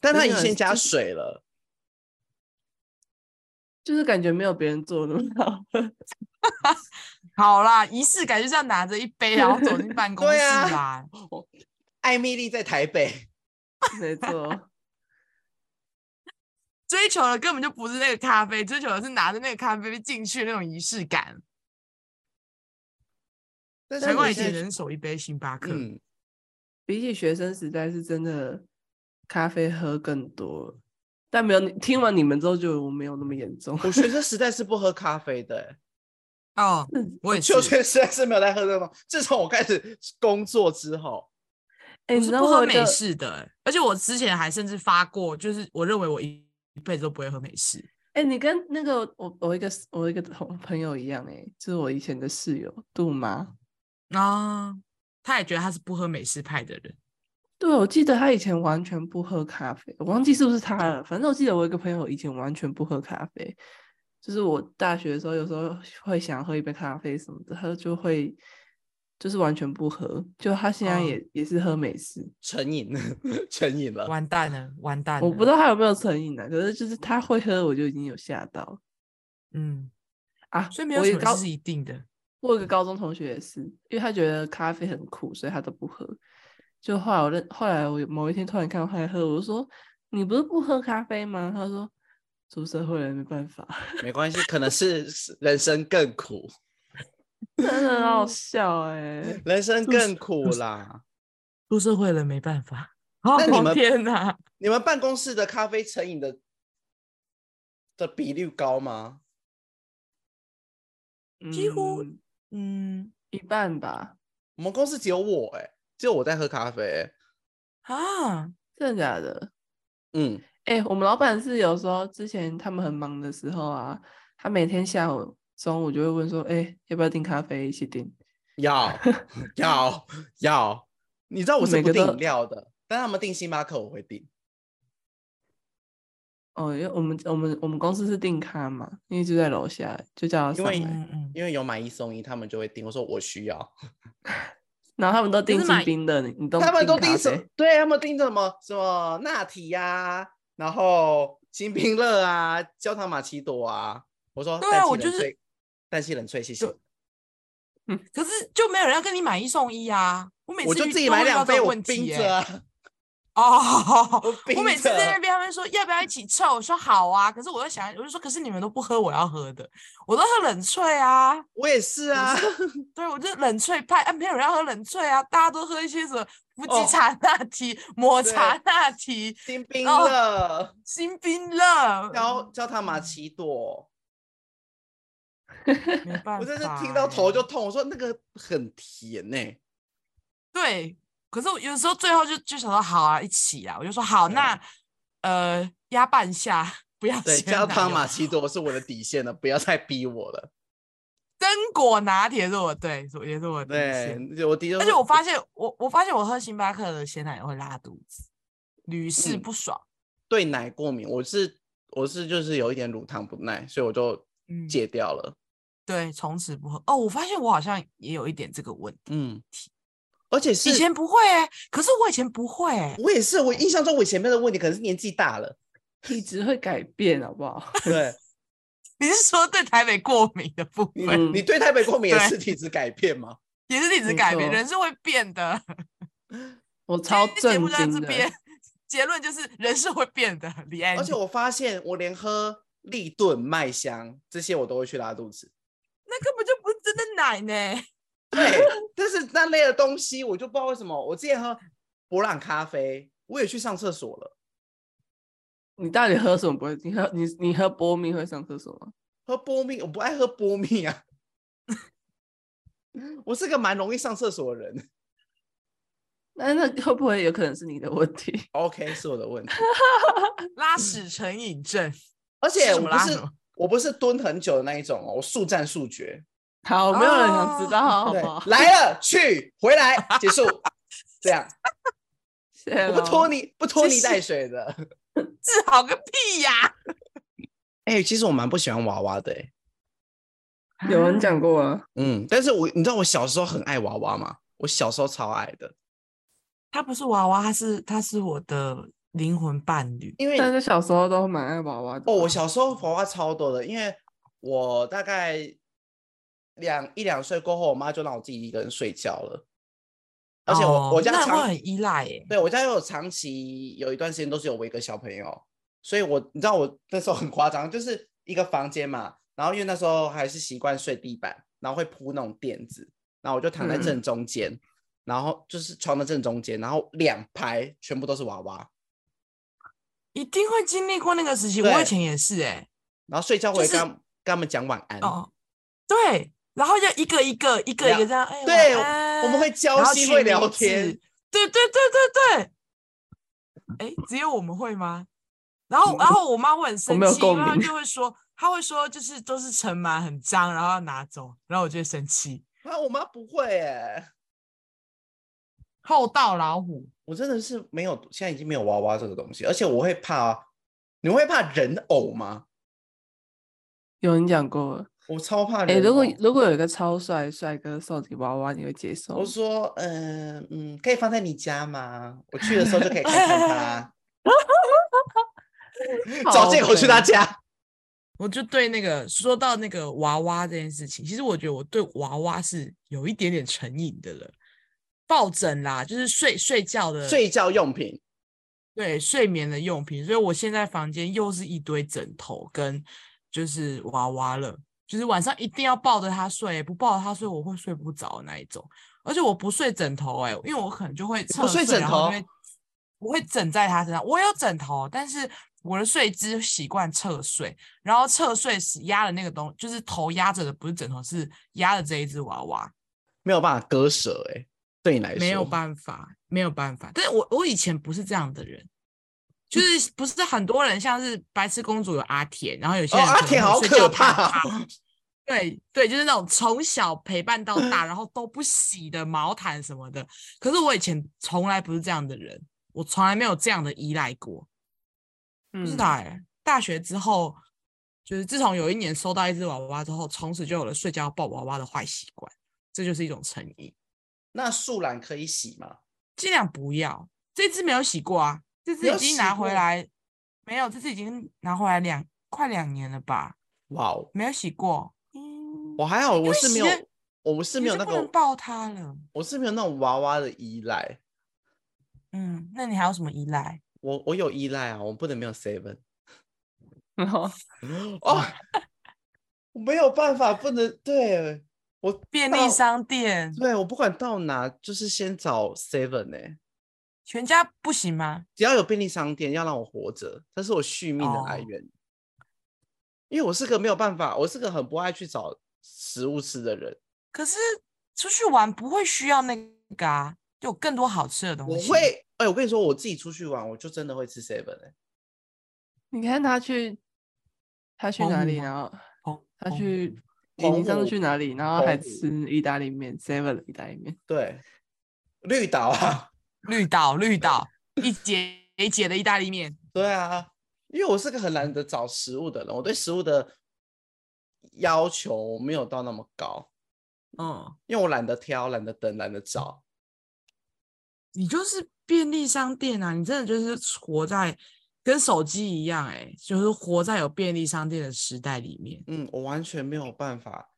Speaker 1: 但它
Speaker 3: 真
Speaker 1: 已
Speaker 3: 的
Speaker 1: 经
Speaker 3: 是
Speaker 1: 加
Speaker 3: 就是
Speaker 1: 水了。
Speaker 3: 就是感觉没有别人做的那么好喝。
Speaker 2: 好啦，仪式感就是要拿着一
Speaker 1: [LAUGHS]
Speaker 2: 杯，然后走进办公室
Speaker 1: 对啊
Speaker 2: 啦。
Speaker 1: 艾米丽在台北，
Speaker 3: [LAUGHS] 没错，
Speaker 2: 追求的根本就不是那个咖啡，追求的是拿着那个咖啡进去那种仪式感。
Speaker 1: 但是
Speaker 2: 难
Speaker 1: 我
Speaker 2: 怪以
Speaker 1: 现
Speaker 2: 前
Speaker 1: 在
Speaker 2: 人手一杯星巴克。
Speaker 1: 嗯，
Speaker 3: 比起学生时代是真的咖啡喝更多了，但没有你听完你们之后，就我没有那么严重。
Speaker 1: 我学生时代是不喝咖啡的、
Speaker 2: [LAUGHS]
Speaker 1: 欸，
Speaker 2: 哦，
Speaker 3: 嗯
Speaker 2: 我也
Speaker 1: [LAUGHS]
Speaker 2: 是
Speaker 1: 就。学时代是没有在喝这种。自从我开始工作之后，
Speaker 3: 哎、
Speaker 2: 我
Speaker 3: 你
Speaker 2: 是
Speaker 3: 知
Speaker 2: 不
Speaker 3: 道我
Speaker 2: 喝
Speaker 3: 有一
Speaker 2: 美
Speaker 3: 个
Speaker 2: 式的欸、而且我之前还甚至发过，就是我认为我一一辈子都不会喝美式。
Speaker 3: 哎、你跟那个我我一个我一个同朋友一样、哎，就是我以前的室友杜妈。
Speaker 2: 啊，他也觉得他是不喝美式派的人。
Speaker 3: 对，我记得他以前完全不喝咖啡，我忘记是不是他了。反正我记得我有一个朋友以前完全不喝咖啡，就是我大学的时候有时候会想喝一杯咖啡什么的，他就会就是完全不喝。就他现在
Speaker 2: 嗯
Speaker 3: 也、也是喝美式，
Speaker 1: 成瘾， [LAUGHS] 成瘾了。
Speaker 2: 完蛋了，完蛋了！
Speaker 3: 我不知。道他有没有成瘾呢、啊可是就是他会喝，我就已经有吓到了
Speaker 2: 嗯，
Speaker 3: 啊。
Speaker 2: 所以没有
Speaker 3: 我一
Speaker 2: 什
Speaker 3: 个
Speaker 2: 么
Speaker 3: 高
Speaker 2: 事是一定的。
Speaker 3: 我有个高中同学也是，因为他觉得咖啡很苦，所以他都不喝。就后来我认，后来我有某一天突然看到他在喝，我就说：“你不是不喝咖啡吗？”他说：“出社会了，没办法。 [LAUGHS]
Speaker 1: 没关系，可能是是人生更苦，”
Speaker 3: 真的很好笑哎、
Speaker 1: 人生
Speaker 2: 就是
Speaker 1: 更苦啦。
Speaker 2: 出社会了没办法。哦
Speaker 1: 那你们
Speaker 2: 天哪！
Speaker 1: 你们办公室的咖啡成瘾的的比率高吗？
Speaker 2: 几乎
Speaker 3: 嗯
Speaker 2: 嗯
Speaker 3: 一半吧，
Speaker 1: 我们公司只有我、欸，哎，只有我在喝咖啡、欸。
Speaker 2: 啊，
Speaker 3: 真的假的？
Speaker 1: 嗯，
Speaker 3: 哎、我们老板是有时候之前他们很忙的时候啊，他每天下午中午就会欸问说：“哎、要不要订咖啡？一起订。”
Speaker 1: 要要要，你知道我是
Speaker 3: 每
Speaker 1: 不
Speaker 3: 个
Speaker 1: 订
Speaker 3: 都
Speaker 1: 饮料的，但他们订星巴克我会订。
Speaker 3: 哦，因为我们我们我们公司是订咖嘛，因为就在楼下，就叫他
Speaker 1: 因
Speaker 3: 上
Speaker 1: 为
Speaker 3: 来。
Speaker 2: 嗯嗯，
Speaker 1: 因为有买一送一，他们就会订。我说我需要，
Speaker 3: 然后他们都订
Speaker 2: 是
Speaker 3: 新
Speaker 2: 买
Speaker 3: 冰的，你你都
Speaker 1: 他们都
Speaker 3: 订
Speaker 1: 订
Speaker 3: 咖
Speaker 1: 什
Speaker 3: 啡？
Speaker 1: 对他们订什么什么拿提呀，然后新冰乐啊，焦糖玛奇朵啊。我说
Speaker 2: 对
Speaker 1: 氮
Speaker 2: 啊
Speaker 1: 气
Speaker 2: 我就
Speaker 1: 冷
Speaker 2: 是
Speaker 1: 萃氮气冷萃，谢谢。
Speaker 2: 可是就没有人要跟你买一送一啊！我每次
Speaker 1: 我就
Speaker 2: 遇
Speaker 1: 自己
Speaker 2: 都
Speaker 1: 买
Speaker 2: 会遇
Speaker 1: 两
Speaker 2: 到这
Speaker 1: 杯，
Speaker 2: 种
Speaker 1: 我
Speaker 2: 问
Speaker 1: 冰
Speaker 2: 题耶
Speaker 1: 着啊，
Speaker 2: 哦， [LAUGHS]
Speaker 1: 我冰
Speaker 2: 我每次
Speaker 1: 着啊
Speaker 2: 在那边，他们说要不要一起凑，我说好啊。可是我又想，我就说，可是你们都不喝我要喝的，我都喝冷萃啊。
Speaker 1: 我也是啊，
Speaker 2: 对，我就是冷萃派，啊，没有人要喝冷萃啊，大家都喝一些什么伏
Speaker 1: 哦
Speaker 2: 吉茶拿提、抹
Speaker 1: 对
Speaker 2: 茶拿提、
Speaker 1: 新冰
Speaker 2: 哦
Speaker 1: 乐、
Speaker 2: 新冰乐。
Speaker 1: 焦焦糖玛奇朵，
Speaker 2: 没办法欸，
Speaker 1: 我真是听到头
Speaker 2: 哦
Speaker 1: 就痛。我说那个很甜呢、
Speaker 2: 对。可是我有时候最后就就想说，好啊，一起啊，我就说好，
Speaker 1: 对
Speaker 2: 那呃压半下，不 [LAUGHS] 要哦
Speaker 1: 对，
Speaker 2: 鲜
Speaker 1: 焦
Speaker 2: 奶
Speaker 1: 糖
Speaker 2: 油
Speaker 1: 玛奇朵是我的底线了，不要再逼我了。
Speaker 2: [LAUGHS] 榛果拿铁是我对，是我也是我的 [LAUGHS] 底线。
Speaker 1: 对，我的确，
Speaker 2: 而且我发现，我我发现我喝星巴克的鲜奶油会拉肚子，屡试
Speaker 1: 嗯
Speaker 2: 不爽。
Speaker 1: 对奶过敏，我是我是就是有一点乳糖不耐，所以我就
Speaker 2: 嗯
Speaker 1: 戒掉了。
Speaker 2: 对，从此不喝。哦，我发现我好像也有一点这个问题，
Speaker 1: 嗯，而且是
Speaker 2: 以前不会哎、可是我以前不会哎、
Speaker 1: 我也是，我印象中我以前面的问题可能是年纪大
Speaker 2: [LAUGHS]
Speaker 1: 了，
Speaker 3: 体质会改变，好不好？ [LAUGHS]
Speaker 1: 对
Speaker 2: 你是说对台北过敏的部
Speaker 1: 你
Speaker 2: 分，
Speaker 3: 嗯
Speaker 1: 你对台北过敏也
Speaker 2: 对
Speaker 1: 是体质改变吗？
Speaker 2: 也是体质
Speaker 3: 没
Speaker 2: 改变，
Speaker 3: 错
Speaker 2: 人是会变的。
Speaker 1: [LAUGHS]
Speaker 3: 我超
Speaker 2: 今天节
Speaker 3: 震
Speaker 2: 目就到
Speaker 3: 惊
Speaker 2: 这
Speaker 3: 的，
Speaker 2: 边，结论就是人是会变的。李安，
Speaker 1: 而且我发现我连喝立顿、麦香这些我都会去拉肚
Speaker 2: [LAUGHS]
Speaker 1: 子。
Speaker 2: 那根本就不是真的奶呢。
Speaker 1: 对，但是那类的东西我就不知道为什么，我之前喝博朗咖啡，我也去上厕所了。
Speaker 3: 你到底喝什么不会？你喝你你喝波蜜会上厕所吗？
Speaker 1: 喝波蜜，我不爱喝波蜜啊。 [LAUGHS] 我是个蛮容易上厕所的人。
Speaker 3: 那那会不会有可能是你的问题？ [LAUGHS]
Speaker 1: OK，是我的问题。
Speaker 2: 拉屎成瘾症，
Speaker 1: 而且我
Speaker 2: 是什
Speaker 1: 不
Speaker 2: 么拉
Speaker 1: 是
Speaker 2: 什么
Speaker 1: 我不是蹲很久的那一种哦，我速战速决。
Speaker 3: 好，没有人想知
Speaker 2: 哦
Speaker 3: 道，好
Speaker 1: 对
Speaker 3: 不好，？
Speaker 1: 来了去，回来结
Speaker 2: [LAUGHS]
Speaker 1: 束，这样
Speaker 3: 谢谢
Speaker 1: 我不拖
Speaker 3: 咯
Speaker 1: 泥不拖
Speaker 2: 哦谢
Speaker 1: 泥
Speaker 2: 谢
Speaker 1: 带水的。
Speaker 2: 治好个屁呀、
Speaker 1: [LAUGHS] 哎、其实我蛮不喜欢娃娃的、欸，
Speaker 3: 有人讲
Speaker 1: [LAUGHS]
Speaker 3: 过啊，
Speaker 1: 嗯，但是我你知道我小时候很爱娃娃吗？我小时候超爱的，
Speaker 2: 他不是娃娃，他是他是我的灵魂伴侣。
Speaker 1: 因为
Speaker 3: 但是小时候都蛮爱娃娃的吧。
Speaker 1: 哦，
Speaker 2: 嗯
Speaker 1: 我小时候娃娃超多的，因为我大概两一两岁过后，我妈就让我自己一个人睡觉了。而且我、
Speaker 2: 哦
Speaker 1: 我家
Speaker 2: 那会
Speaker 1: 长
Speaker 2: 很依赖耶。
Speaker 1: 对我家有长期有一段时间都是有我一个小朋友，所以我你知道我那时候很夸张，就是一个房间嘛，然后因为那时候还是习惯睡地板，然后会铺那种垫子，然后我就躺在
Speaker 3: 嗯
Speaker 1: 正中间，然后就是床的正中间，然后两排全部都是娃娃，
Speaker 2: 一定会经历过那个时期。
Speaker 1: 对
Speaker 2: 我以前也是哎、
Speaker 1: 然后睡觉我
Speaker 2: 就
Speaker 1: 也跟
Speaker 2: 是
Speaker 1: 他们、跟他们讲晚安。
Speaker 2: 哦，对，然后就一个一个一个一
Speaker 1: 聊
Speaker 2: 个这样，哎，
Speaker 1: 对
Speaker 2: 晚安
Speaker 1: 我们会交
Speaker 2: 然后
Speaker 1: 心
Speaker 2: 取
Speaker 1: 会聊
Speaker 2: 名字
Speaker 1: 天，
Speaker 2: 对对对对对，哎，只有我们会吗？然后，然后我妈会很生
Speaker 3: 没有
Speaker 2: 气，因为
Speaker 3: 共
Speaker 2: 她
Speaker 3: 鸣
Speaker 2: 就会说，她会说就是都是尘螨很脏，然后要拿走，然后我就会生气，
Speaker 1: 啊，我妈不会哎，
Speaker 2: 厚道老虎。
Speaker 1: 我真的是没有，现在已经没有娃娃这个东西，而且我会怕，你会怕人偶吗？
Speaker 3: 有人讲过了，
Speaker 1: 我超怕
Speaker 3: 哎、
Speaker 1: 人偶。
Speaker 3: 如果如果有一个超帅的帅哥送你娃娃，你会接受吗？
Speaker 1: 我说，嗯、嗯，可以放在你家吗？我去的时候就可以看看
Speaker 2: [LAUGHS]
Speaker 1: 他，找借口去他
Speaker 3: 大
Speaker 1: 家。
Speaker 2: 我就对那个说到那个娃娃这件事情，其实我觉得我对娃娃是有一点点成瘾的了，抱枕啦，就是睡睡觉的
Speaker 1: 睡觉用品，
Speaker 2: 对睡眠的用品，所以我现在房间又是一堆枕头跟就是娃娃了，就是晚上一定要抱着它睡，不抱着它睡我会睡不着的那一种。而且我不睡枕头哎、因为我可能就会侧
Speaker 1: 睡枕
Speaker 2: 然后就
Speaker 1: 头
Speaker 2: 会我会枕在它身上。我有枕头，但是我的睡姿习惯侧睡，然后侧睡时压的那个东，就是头压着的不是枕头，是压的这一只娃娃。
Speaker 1: 没有办法割舍、欸，哎，对你来说
Speaker 2: 没有？办法，没有办法。但是我我以前不是这样的人，
Speaker 1: 嗯
Speaker 2: 就是不是很多人像是白痴公主有阿铁，然后有些
Speaker 1: 哦，
Speaker 2: 人
Speaker 1: 阿
Speaker 2: 能
Speaker 1: 铁
Speaker 2: 会
Speaker 1: 好
Speaker 2: 睡觉
Speaker 1: [LAUGHS] 可
Speaker 2: 躺
Speaker 1: 怕
Speaker 2: 趴
Speaker 1: 哦！
Speaker 2: 对对，就是那种从小陪伴到大，然后都不洗的毛毯什么的。可是我以前从来不是这样的人，我从来没有这样的依赖过。不
Speaker 3: 嗯
Speaker 1: 嗯
Speaker 2: 知道哎、大学之后，就是自从有一年收到一只娃娃之后，从此就有了睡觉抱娃娃的坏习惯，这就是一种成瘾。
Speaker 1: 那树懒可以洗吗？
Speaker 2: 尽量不要，这只没有洗过啊，这只
Speaker 1: 没有
Speaker 2: 已经
Speaker 1: 洗
Speaker 2: 拿
Speaker 1: 过
Speaker 2: 回来，没有，这只已经拿回来两快两年了吧，
Speaker 1: 哇哦，
Speaker 2: 没有洗过。
Speaker 1: 我还好，我
Speaker 2: 为
Speaker 1: 是没
Speaker 2: 洗
Speaker 1: 有
Speaker 2: 了，
Speaker 1: 我是
Speaker 2: 你
Speaker 1: 没有
Speaker 2: 是
Speaker 1: 那
Speaker 2: 不能
Speaker 1: 个，
Speaker 2: 抱它了。
Speaker 1: 我是没有那种娃娃的依赖。
Speaker 2: 嗯，那你还有什么依赖？
Speaker 1: 我我有依赖啊，我不能没有 seven
Speaker 3: [LAUGHS] 然后
Speaker 1: 哦， [LAUGHS] 我没有办法，不能对我
Speaker 2: 便
Speaker 1: 到
Speaker 2: 利商店、
Speaker 1: 对我不管到哪，就是先找 seven 呢、
Speaker 2: 全家不行吗？
Speaker 1: 只要有便利商店要让我活着，这是我续命的来
Speaker 2: 哦
Speaker 1: 源。因为我是个没有办法，我是个很不爱去找食物吃的人。
Speaker 2: 可是出去玩不会需要那个啊，有更多好吃的东
Speaker 1: 我
Speaker 2: 西。
Speaker 1: 会，哎、我跟你说，我自己出去玩，我就真的会吃 seven 哎、
Speaker 3: 你看他去，他去
Speaker 2: 澎
Speaker 3: 哪
Speaker 2: 湖
Speaker 3: 里？
Speaker 2: 吗
Speaker 3: 然后
Speaker 2: 哦，
Speaker 3: 他
Speaker 2: 哦
Speaker 3: 去，诶
Speaker 1: 澎
Speaker 3: 你上
Speaker 1: 湖
Speaker 3: 次去哪里？然后还
Speaker 1: 澎湖
Speaker 3: 吃意大利面，seven 的意大利面。
Speaker 1: 对，绿岛啊，
Speaker 2: 绿岛，绿岛一节一节的意大利面，
Speaker 1: 对啊，因为我是个很懒得找食物的人，我对食物的要求没有到那么高，
Speaker 2: 嗯，
Speaker 1: 因为我懒得挑、懒得等、懒得找。
Speaker 2: 你就是便利商店啊，你真的就是活在跟手机一样、欸，哎，就是活在有便利商店的时代里面。
Speaker 1: 嗯，我完全没有办法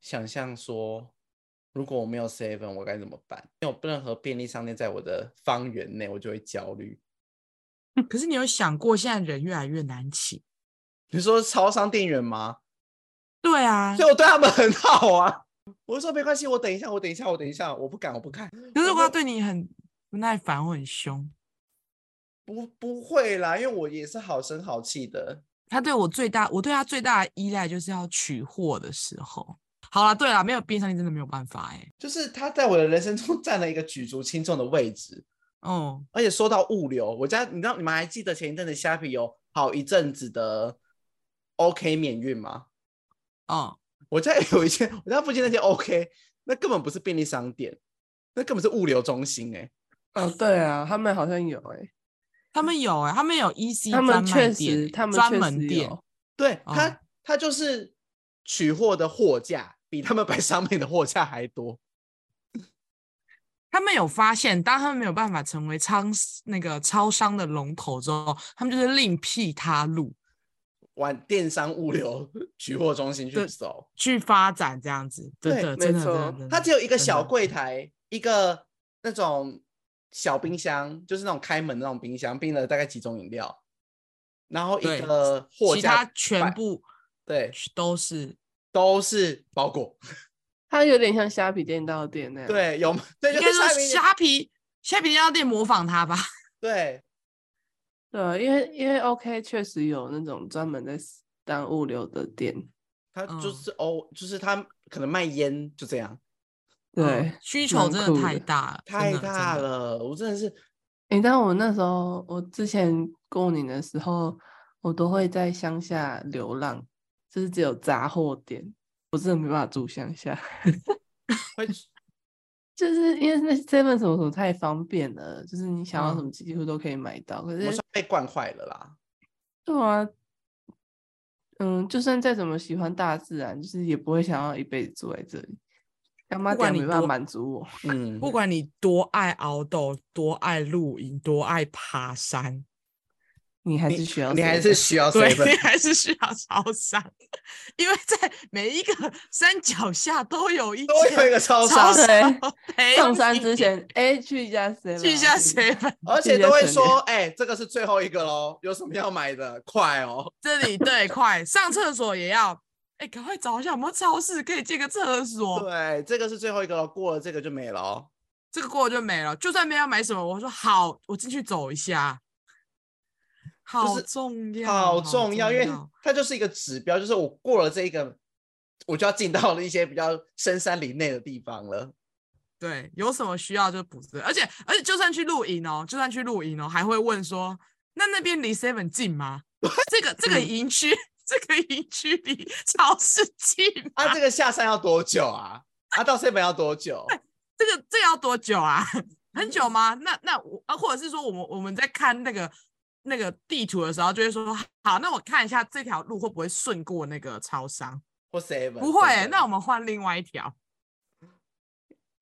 Speaker 1: 想象说，如果我没有 seven，我该怎么办？因为我不任何便利商店在我的方圆内，我就会焦虑。
Speaker 2: 可是你有想过，现在人越来越难请？
Speaker 1: 你说超商店员吗？
Speaker 2: 对啊，
Speaker 1: 所以我对他们很好啊。我就说没关系，我等一下，我等一下，我等一下，我不敢，我不敢，
Speaker 2: 可是如
Speaker 1: 我
Speaker 2: 果他
Speaker 1: 就
Speaker 2: 对你很不耐烦或很凶，
Speaker 1: 不不会啦，因为我也是好声好气的。
Speaker 2: 他对我最大，我对他最大的依赖就是要取货的时候。好啦，对啦，没有便利商店真的没有办法、欸，哎，
Speaker 1: 就是他在我的人生中 [LAUGHS] 占了一个举足轻重的位置。
Speaker 2: 哦，
Speaker 1: 而且说到物流，我家你知道你们还记得前一阵子虾皮有好一阵子的 OK 免运吗？
Speaker 2: 哦，
Speaker 1: 我家有一间，我家附近那间 OK，那根本不是便利商店，那根本是物流中心哎、
Speaker 3: 哦，对啊，他们好像有欸诶，
Speaker 2: 他们有、欸，哎，他们有 EC
Speaker 3: [LAUGHS] 他
Speaker 2: 专
Speaker 3: 们
Speaker 2: 卖
Speaker 3: 确
Speaker 2: 店
Speaker 3: 实，
Speaker 2: 欸
Speaker 3: 他们
Speaker 2: 专
Speaker 3: 确
Speaker 2: 门
Speaker 3: 实
Speaker 2: 店
Speaker 3: 有，
Speaker 1: 对，它、
Speaker 2: 哦
Speaker 1: 它就是取货的货价比他们摆商品的货价还多。
Speaker 2: 他们有发现，当他们没有办法成为超那个超商的龙头之后，他们就是另辟他路
Speaker 1: 往电商物流 [LAUGHS] 取货中心去
Speaker 2: 对
Speaker 1: 走，
Speaker 2: 去发展，这样子，真
Speaker 1: 对
Speaker 2: 的，
Speaker 3: 没
Speaker 2: 真的，真
Speaker 3: 错
Speaker 2: 的，真
Speaker 1: 它
Speaker 2: 的
Speaker 1: 只有一个
Speaker 2: 真
Speaker 1: 小
Speaker 2: 的
Speaker 1: 柜台，一个那种小冰箱，就是那种开门的那种冰箱，冰了大概几种饮料，然后一
Speaker 2: 对
Speaker 1: 个货
Speaker 2: 其
Speaker 1: 架
Speaker 2: 他全
Speaker 1: 摆
Speaker 2: 部
Speaker 1: 对
Speaker 2: 都是
Speaker 1: 都是包裹，
Speaker 3: 它有点像虾皮店到店那样。，
Speaker 1: 对有 [LAUGHS] 对
Speaker 2: 应
Speaker 1: 就
Speaker 2: 该
Speaker 1: 是
Speaker 2: 说
Speaker 1: 虾皮
Speaker 2: 虾皮虾皮料店模仿他吧，
Speaker 1: 对
Speaker 3: 对，啊因为因为 OK 确实有那种专门在当物流的店。
Speaker 1: 它就
Speaker 2: 嗯
Speaker 1: 是哦，就是它可能卖烟就这样，
Speaker 3: 对，
Speaker 2: 嗯需求
Speaker 3: 蛮
Speaker 2: 真
Speaker 3: 酷
Speaker 2: 的太
Speaker 3: 的
Speaker 2: 大了，真
Speaker 1: 太
Speaker 2: 的真
Speaker 1: 大
Speaker 2: 的
Speaker 1: 了，我真的是
Speaker 3: 诶，但我那时候，我之前过年的时候，我都会在乡下流浪，就是只有杂货店，我真的没办法住乡下，
Speaker 1: 会
Speaker 3: 就是因为那 seven 什么什么太方便了，就是你想要什
Speaker 2: 嗯
Speaker 3: 么几乎都可以买到。可
Speaker 1: 我
Speaker 3: 是
Speaker 1: 算，被惯坏了啦，
Speaker 3: 对啊，嗯，就算再怎么喜欢大自然，就是也不会想要一辈子住在这里。干妈
Speaker 2: 不管
Speaker 3: 店
Speaker 2: 你
Speaker 3: 没办法
Speaker 2: 多
Speaker 3: 满足我，
Speaker 1: 嗯，
Speaker 2: [LAUGHS] 不管你多爱熬斗，多爱露营，多爱爬山，
Speaker 3: 你还
Speaker 1: 你
Speaker 3: 是需要
Speaker 1: 你还
Speaker 3: seven
Speaker 1: 是需 [LAUGHS] 要
Speaker 2: 对，
Speaker 1: seven
Speaker 2: 还是需要超商， [LAUGHS] 因为在每一个山脚下都有一
Speaker 1: 都会有一
Speaker 2: 间
Speaker 1: 个超
Speaker 2: 超
Speaker 1: 商，
Speaker 3: 商
Speaker 2: 商陪
Speaker 3: 上
Speaker 2: 你
Speaker 3: 山之前，哎、去一下 seven，
Speaker 2: 去一下 seven
Speaker 1: 而
Speaker 3: 自
Speaker 1: 且
Speaker 3: 己
Speaker 1: 都
Speaker 3: 在
Speaker 1: 会
Speaker 3: 省
Speaker 1: 说，哎、这个是最后一个喽，有什么要买的，快哦！
Speaker 2: 这里对，快上厕所也要，哎，赶快找一下有没有超市可以借个厕所。
Speaker 1: 对，这个是最后一个喽，过了这个就没了哦。
Speaker 2: 这个过了就没了，就算没有买什么，我说好，我进去走一下，好
Speaker 1: 是
Speaker 2: 重要，
Speaker 1: 好
Speaker 2: 啊好
Speaker 1: 重要，因为
Speaker 2: 要
Speaker 1: 它就是一个指标，就是我过了这一个，我就要进到了一些比较深山林内的地方了。
Speaker 2: 对，有什么需要就补这个而且而且就算去露营哦，就算
Speaker 1: 嗯
Speaker 2: 去露营哦，还会问说，那那边离 Seven 近吗？这个这个营区 [LAUGHS] 这个营区离超市近吗
Speaker 1: 啊，这个下山要多久啊？啊，到 seven 要多久？
Speaker 2: 这个这个要多久啊？
Speaker 1: [LAUGHS]
Speaker 2: 很久吗？那那我啊，或者是说我们我们在看那个那个地图的时候，就会说好，那我看一下这条路会不会顺过那个超商？
Speaker 1: 或 seven？
Speaker 2: 不会、
Speaker 1: 真的
Speaker 2: 那我们换另外一条。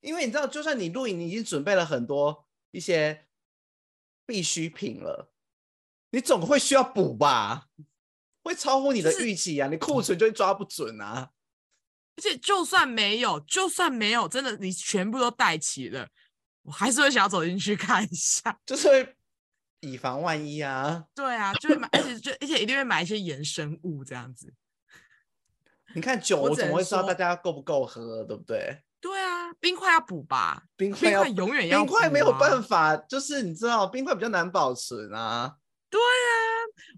Speaker 1: 因为你知道，就算你露营，你已经准备了很多一些必需品了，你总会需要补吧？会超乎你的预期啊！你
Speaker 2: 嗯
Speaker 1: 库存就会抓不准啊！
Speaker 2: 而且就算没有，就算没有，真的你全部都带齐了，我还是会想要走进去看一下。 [LAUGHS]
Speaker 1: 就是会以防万一啊！
Speaker 2: 对啊，就会买，而且就而且一定会买一些衍生物这样子。
Speaker 1: 你看酒，
Speaker 2: 我
Speaker 1: 我
Speaker 2: 只
Speaker 1: 怎么
Speaker 2: 能
Speaker 1: 会知道
Speaker 2: 说
Speaker 1: 大家够不够喝，对不对？
Speaker 2: 对啊，冰块要补吧，
Speaker 1: 冰
Speaker 2: 冰
Speaker 1: 块要
Speaker 2: 块永远要
Speaker 1: 啊
Speaker 2: 啊
Speaker 1: 冰块没有
Speaker 2: 法。
Speaker 1: 办法，就是你知道，冰块比较难保存啊。
Speaker 2: 对啊，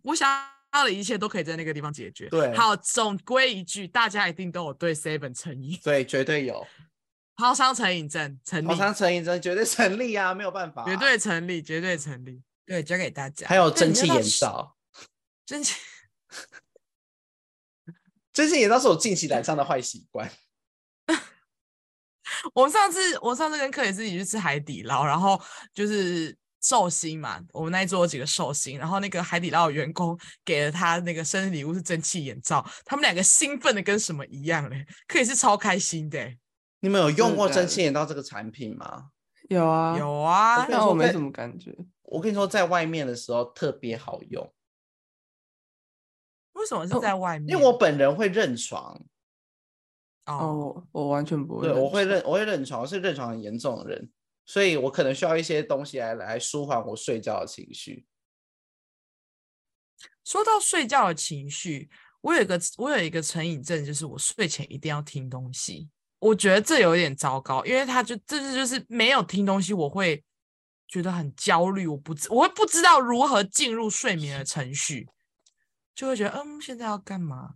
Speaker 2: 我想要的一切都可以在那个地方解决。
Speaker 1: 对
Speaker 2: 好，总归一句，大家一定都有对 Seven 成瘾、
Speaker 1: 对，绝对有。
Speaker 2: [LAUGHS] 超商成瘾症成立
Speaker 1: 好，像成瘾真的绝对成立啊，没有办法、
Speaker 2: 绝。对成立，绝对成立。对，交给大家。
Speaker 1: 还有
Speaker 2: 但
Speaker 1: 蒸汽
Speaker 2: 你要到
Speaker 1: 眼
Speaker 2: 十，
Speaker 1: 罩，
Speaker 2: [LAUGHS] 蒸汽
Speaker 1: 蒸汽眼罩是我近期染上的坏习惯。
Speaker 2: 我上次我上次跟克里斯一起去吃海底捞，然后就是寿星嘛，我们那一桌有几个寿星，然后那个海底捞的员工给了他那个生日礼物是蒸汽眼罩，他们两个兴奋的跟什么一样嘞，克里斯超开心的欸、
Speaker 1: 你们有用
Speaker 3: 的
Speaker 1: 过
Speaker 3: 假
Speaker 1: 蒸
Speaker 3: 的
Speaker 1: 汽眼罩这个产品吗？
Speaker 3: 有啊，
Speaker 2: 有啊，
Speaker 1: 跟你
Speaker 3: 但我
Speaker 1: 说
Speaker 3: 没
Speaker 1: 在
Speaker 3: 什么感觉，
Speaker 1: 我跟你说，在外面的时候特别好用，
Speaker 2: 为什么是
Speaker 3: 哦
Speaker 2: 在外面？
Speaker 1: 因为我本人会认床，
Speaker 3: 哦，
Speaker 2: 哦，
Speaker 3: 我我完全不
Speaker 1: 对，
Speaker 3: 会认识，
Speaker 1: 我会认，我会认床，我是认床很严重的人，所以我可能需要一些东西来来舒缓我睡觉的情绪。
Speaker 2: 说到睡觉的情绪，我有一个我有一个成瘾症，就是我睡前一定要听东西。我觉得这有点糟糕，因为他就这是就是没有听东西，我会觉得很焦虑，我不知我会不知道如何进入睡眠的程序，就会觉得嗯，现在要干嘛？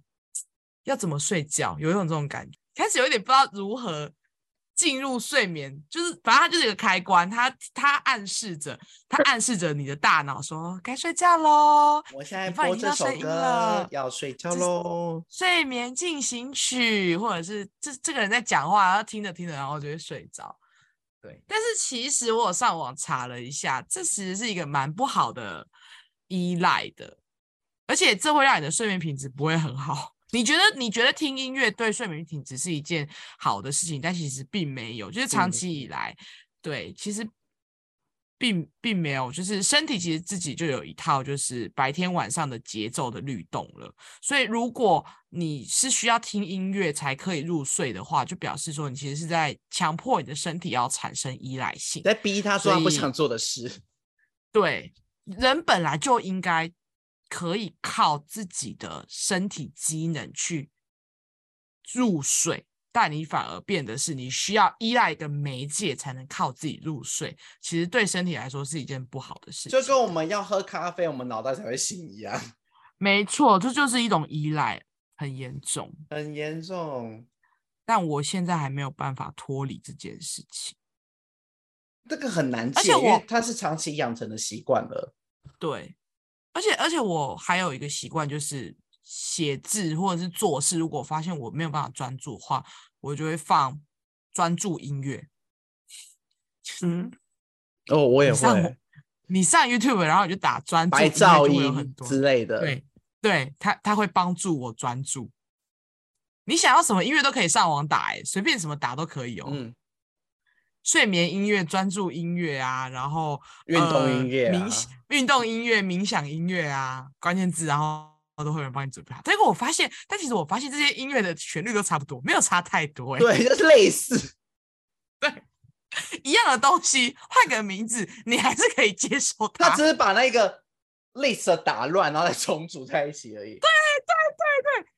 Speaker 2: 要怎么睡觉？有一种这种感觉，开始有一点不知道如何进入睡眠，就是反正它就是一个开关，它它暗示着它暗示着你的大脑说该睡觉喽，
Speaker 1: 我现在
Speaker 2: 你不然
Speaker 1: 播
Speaker 2: 已
Speaker 1: 这
Speaker 2: 经到
Speaker 1: 首
Speaker 2: 声音
Speaker 1: 歌
Speaker 2: 了，
Speaker 1: 要睡觉
Speaker 2: 这是
Speaker 1: 喽。
Speaker 2: 睡眠进行曲，或者是这这个人在讲话，然后听着听着，然后就会睡着。对，但是其实我有上网查了一下，这其实是一个蛮不好的依赖的，而且这会让你的睡眠品质不会很好。 [LAUGHS] 你觉得你觉得听音乐对睡眠品质是一件好的事情，但其实并没有，就是长
Speaker 1: 嗯
Speaker 2: 期以来，对，其实并并没有，就是身体其实自己就有一套就是白天晚上的节奏的律动了。所以，如果你是需要听音乐才可以入睡的话，就表示说你其实是在强迫你的身体要产生依赖性。
Speaker 1: 在逼他做
Speaker 2: 所
Speaker 1: 他不
Speaker 2: 以
Speaker 1: 想做的 [LAUGHS] 事，
Speaker 2: 对，人本来就应该可以靠自己的身体机能去入睡，但你反而变得是你需要依赖一个媒介才能靠自己入睡，其实对身体来说是一件不好的事情。
Speaker 1: 就跟我们要喝咖啡，我们脑袋才会醒一样，
Speaker 2: 没错，这就是一种依赖，很严重。
Speaker 1: 很严重。
Speaker 2: 但我现在还没有办法脱离这件事情。
Speaker 1: 这个很难
Speaker 2: 而
Speaker 1: 戒，
Speaker 2: 且
Speaker 1: 因为
Speaker 2: 我
Speaker 1: 它是长期养成的习惯了。
Speaker 2: 对，而且而且我还有一个习惯，就是写字或者是做事，如果发现我没有办法专注的话，我就会放专注音乐。
Speaker 3: 嗯，
Speaker 1: 哦，我也
Speaker 2: 你上网你上 YouTube，然后你就打专注
Speaker 1: 白
Speaker 2: 音乐
Speaker 1: 噪
Speaker 2: 就会有很
Speaker 1: 音
Speaker 2: 多。
Speaker 1: 之类的。
Speaker 2: 对，对，它它会帮助我专注。你想要什么音乐都可以上网打、欸，随便什么打都可以哦。
Speaker 1: 嗯，
Speaker 2: 睡眠音乐、专注音乐啊，然后
Speaker 1: 运动音
Speaker 2: 呃
Speaker 1: 乐啊
Speaker 2: 冥想运动音乐、冥想音乐啊，关键字，然后都会有人帮你准备好。结果我发现，但其实我发现这些音乐的旋律都差不多，没有差太多、欸，
Speaker 1: 对，就是类似。
Speaker 2: 一样的东西，换个名字，你还是可以接受它。
Speaker 1: 他只是把那个 list 打乱，然后再重组在一起而已。对，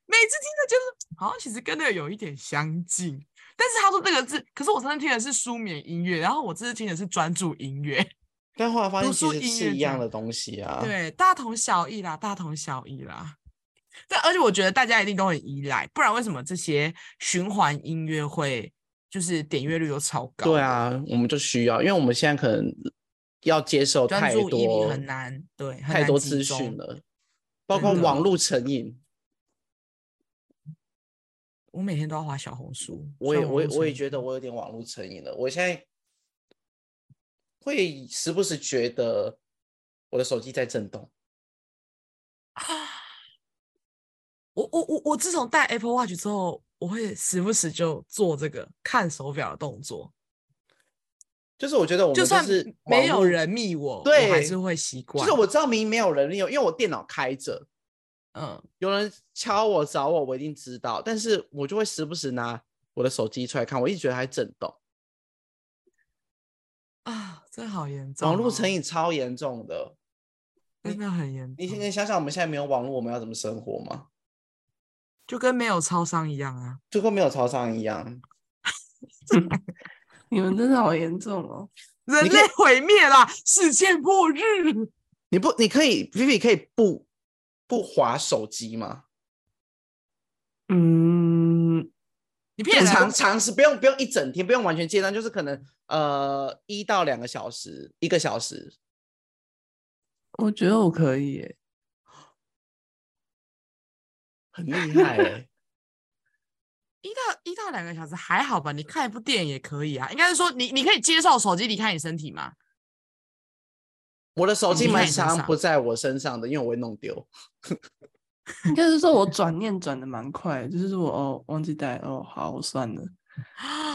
Speaker 2: 每次听的就是好像其实跟那个有一点相近，但是他说这个字，可是我上次听的是舒眠音乐，然后我这次听的是专注音乐。
Speaker 1: 但后来发现
Speaker 2: 读
Speaker 1: 其
Speaker 2: 书
Speaker 1: 实
Speaker 2: 音
Speaker 1: 是
Speaker 2: 乐
Speaker 1: 一
Speaker 2: 这
Speaker 1: 样
Speaker 2: 样
Speaker 1: 的东西啊。，
Speaker 2: 对，大同小异啦，大同小异啦。但而且我觉得大家一定都很依赖，不然为什么这些循环音乐会就是点阅率都超高？
Speaker 1: 对，啊，我们就需要，因为我们现在可能要接受
Speaker 2: 专
Speaker 1: 太
Speaker 2: 注一
Speaker 1: 多
Speaker 2: 很难，对，很
Speaker 1: 太
Speaker 2: 难
Speaker 1: 多
Speaker 2: 集
Speaker 1: 资
Speaker 2: 中
Speaker 1: 讯了，包
Speaker 2: 真
Speaker 1: 括
Speaker 2: 的
Speaker 1: 网络成瘾。
Speaker 2: 我每天都要滑小红书，
Speaker 1: 我
Speaker 2: 虽
Speaker 1: 也
Speaker 2: 然
Speaker 1: 我也
Speaker 2: 网络
Speaker 1: 我也
Speaker 2: 成
Speaker 1: 觉得
Speaker 2: 瘾
Speaker 1: 我有点网络成瘾了。我现在会时不时觉得我的手机在震动。
Speaker 2: 我我我我自从戴 Apple Watch 之后，我会时不时就做这个看手表的动作，
Speaker 1: 就是我觉得我们
Speaker 2: 就算
Speaker 1: 是
Speaker 2: 没
Speaker 1: 网
Speaker 2: 有
Speaker 1: 络
Speaker 2: 人密我，我还
Speaker 1: 对
Speaker 2: 是会习惯。
Speaker 1: 就是我知道明明没有人用，因为我电脑开着，
Speaker 2: 嗯，
Speaker 1: 有人敲我找我，我一定知道，但是我就会时不时拿我的手机出来看，我一直觉得它在震动。
Speaker 2: 啊，这好严重哦，
Speaker 1: 网络成瘾超严重的，
Speaker 2: 真的很严
Speaker 1: 你
Speaker 2: 重，
Speaker 1: 现在想想，我们现在没有网络，我们要怎么生活吗？
Speaker 2: 就跟没有超商一样啊。
Speaker 1: 就跟没有超商一样。
Speaker 3: 你们真的好严重哦！
Speaker 2: 人
Speaker 1: 你可以
Speaker 2: 类毁灭啦，世界末日！
Speaker 1: 你不，你可以，Vivi 可以不不划手机吗？
Speaker 3: 嗯，
Speaker 1: 不
Speaker 2: 你骗
Speaker 1: 长
Speaker 2: 人！啊
Speaker 1: 长时不用不用一整天，不用完全戒断，就是可能呃一到两个小时，一个小时。
Speaker 3: 我觉得我可以耶，
Speaker 1: 很厉害、欸，
Speaker 2: 一到一到两个小时还好吧？你看一部电影也可以啊。应该是说你你可以接受手机离开你身体吗？
Speaker 1: [LAUGHS] 我的手机
Speaker 2: 你在
Speaker 1: 蛮
Speaker 2: 你身
Speaker 1: 常
Speaker 2: 上
Speaker 1: 不在我身上的，因为我会弄丢。
Speaker 3: 应该是说我转念转的蛮快的，就是我哦忘记带哦，好我算了，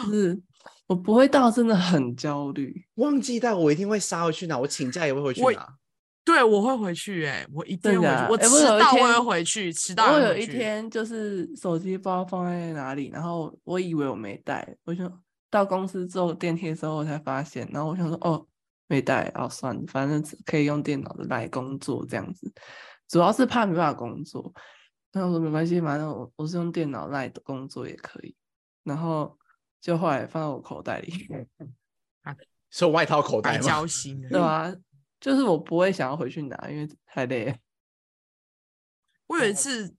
Speaker 3: 就是我不会到真的很焦虑。
Speaker 1: 忘记带我一定会杀回去拿，我请假也会回去
Speaker 2: 我
Speaker 1: 拿。
Speaker 2: 对，我会回去哎、我一定
Speaker 3: 真
Speaker 2: 会
Speaker 3: 的
Speaker 2: 回去。
Speaker 3: 啊
Speaker 2: 我
Speaker 3: 欸
Speaker 2: 迟
Speaker 3: 我有一
Speaker 2: 到我也
Speaker 3: 天
Speaker 2: 会回去，迟到
Speaker 3: 我
Speaker 2: 也
Speaker 3: 有
Speaker 2: 会
Speaker 3: 一
Speaker 2: 去，
Speaker 3: 天就是手机不知道放在哪里，然后我以为我没带，我就到公司之后电梯的时候我才发现，然后我想说哦没带，哦算了，反正只可以用电脑的来工作这样子，主要是怕没办法工作。然后我说没关系，反正我我是用电脑来工作也可以。然后就后来放到我口袋里， [LAUGHS]
Speaker 1: 是我外套口
Speaker 2: 白
Speaker 1: 袋吗
Speaker 2: 交？心了。
Speaker 3: 对啊，就是我不会想要回去拿，因为太累了。
Speaker 2: 我有一次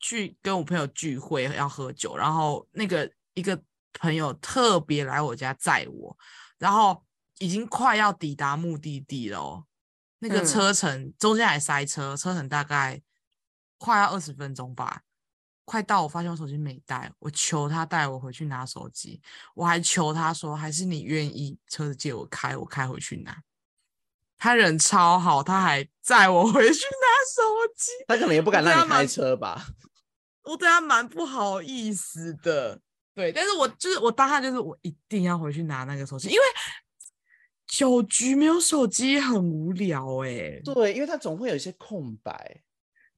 Speaker 2: 去跟我朋友聚会要喝酒，然后那个一个朋友特别来我家载我，然后已经快要抵达目的地了哦，那个
Speaker 3: 嗯
Speaker 2: 车程、中间还塞车，车程大概快要二十分钟吧。快到，我发现我手机没带，我求他带我回去拿手机，我还求他说，还是你愿意车子借我开，我开回去拿。他人超好，他还载我回去拿手机，
Speaker 1: 他可能也不敢
Speaker 2: 这
Speaker 1: 让
Speaker 2: 样
Speaker 1: 你开
Speaker 2: 蛮
Speaker 1: 车吧？
Speaker 2: 我对他蛮不好意思的。对，但是我就是我当下就是我一定要回去拿那个手机，因为酒局没有手机很无聊哎、对
Speaker 1: 对，因为他总会有一些空白。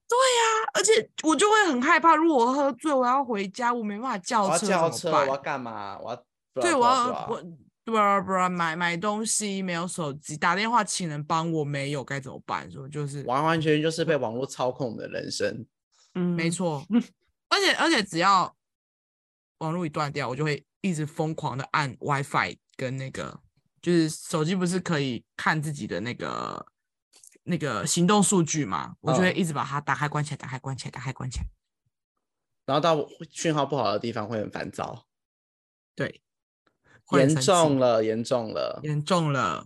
Speaker 2: 啊，而且我就会很害怕，如果我喝醉，我要回家，我没办法
Speaker 1: 我
Speaker 2: 叫
Speaker 1: 要
Speaker 2: 车，
Speaker 1: 叫
Speaker 2: 怎
Speaker 1: 车，我
Speaker 2: 么办
Speaker 1: 要啊干嘛？我要
Speaker 2: 对，我要
Speaker 1: 我
Speaker 2: 我。不啦不啦，买买东西没有手机，打电话请人帮我没有，该怎么办？所以就是
Speaker 1: 完完全全就是被网络操控我们的人生。
Speaker 3: 嗯，
Speaker 2: 没错，而且而且只要网络一断掉，我就会一直疯狂的按 WiFi 跟那个，就是手机不是可以看自己的那个那个行动数据嘛，我就会
Speaker 1: 嗯
Speaker 2: 一直把它打开关起来，打开关起来，打开关起来。
Speaker 1: 然后到讯号不好的地方会很烦躁，
Speaker 2: 对，会很
Speaker 1: 严
Speaker 2: 生气
Speaker 1: 重，了，严重了，
Speaker 2: 严重了，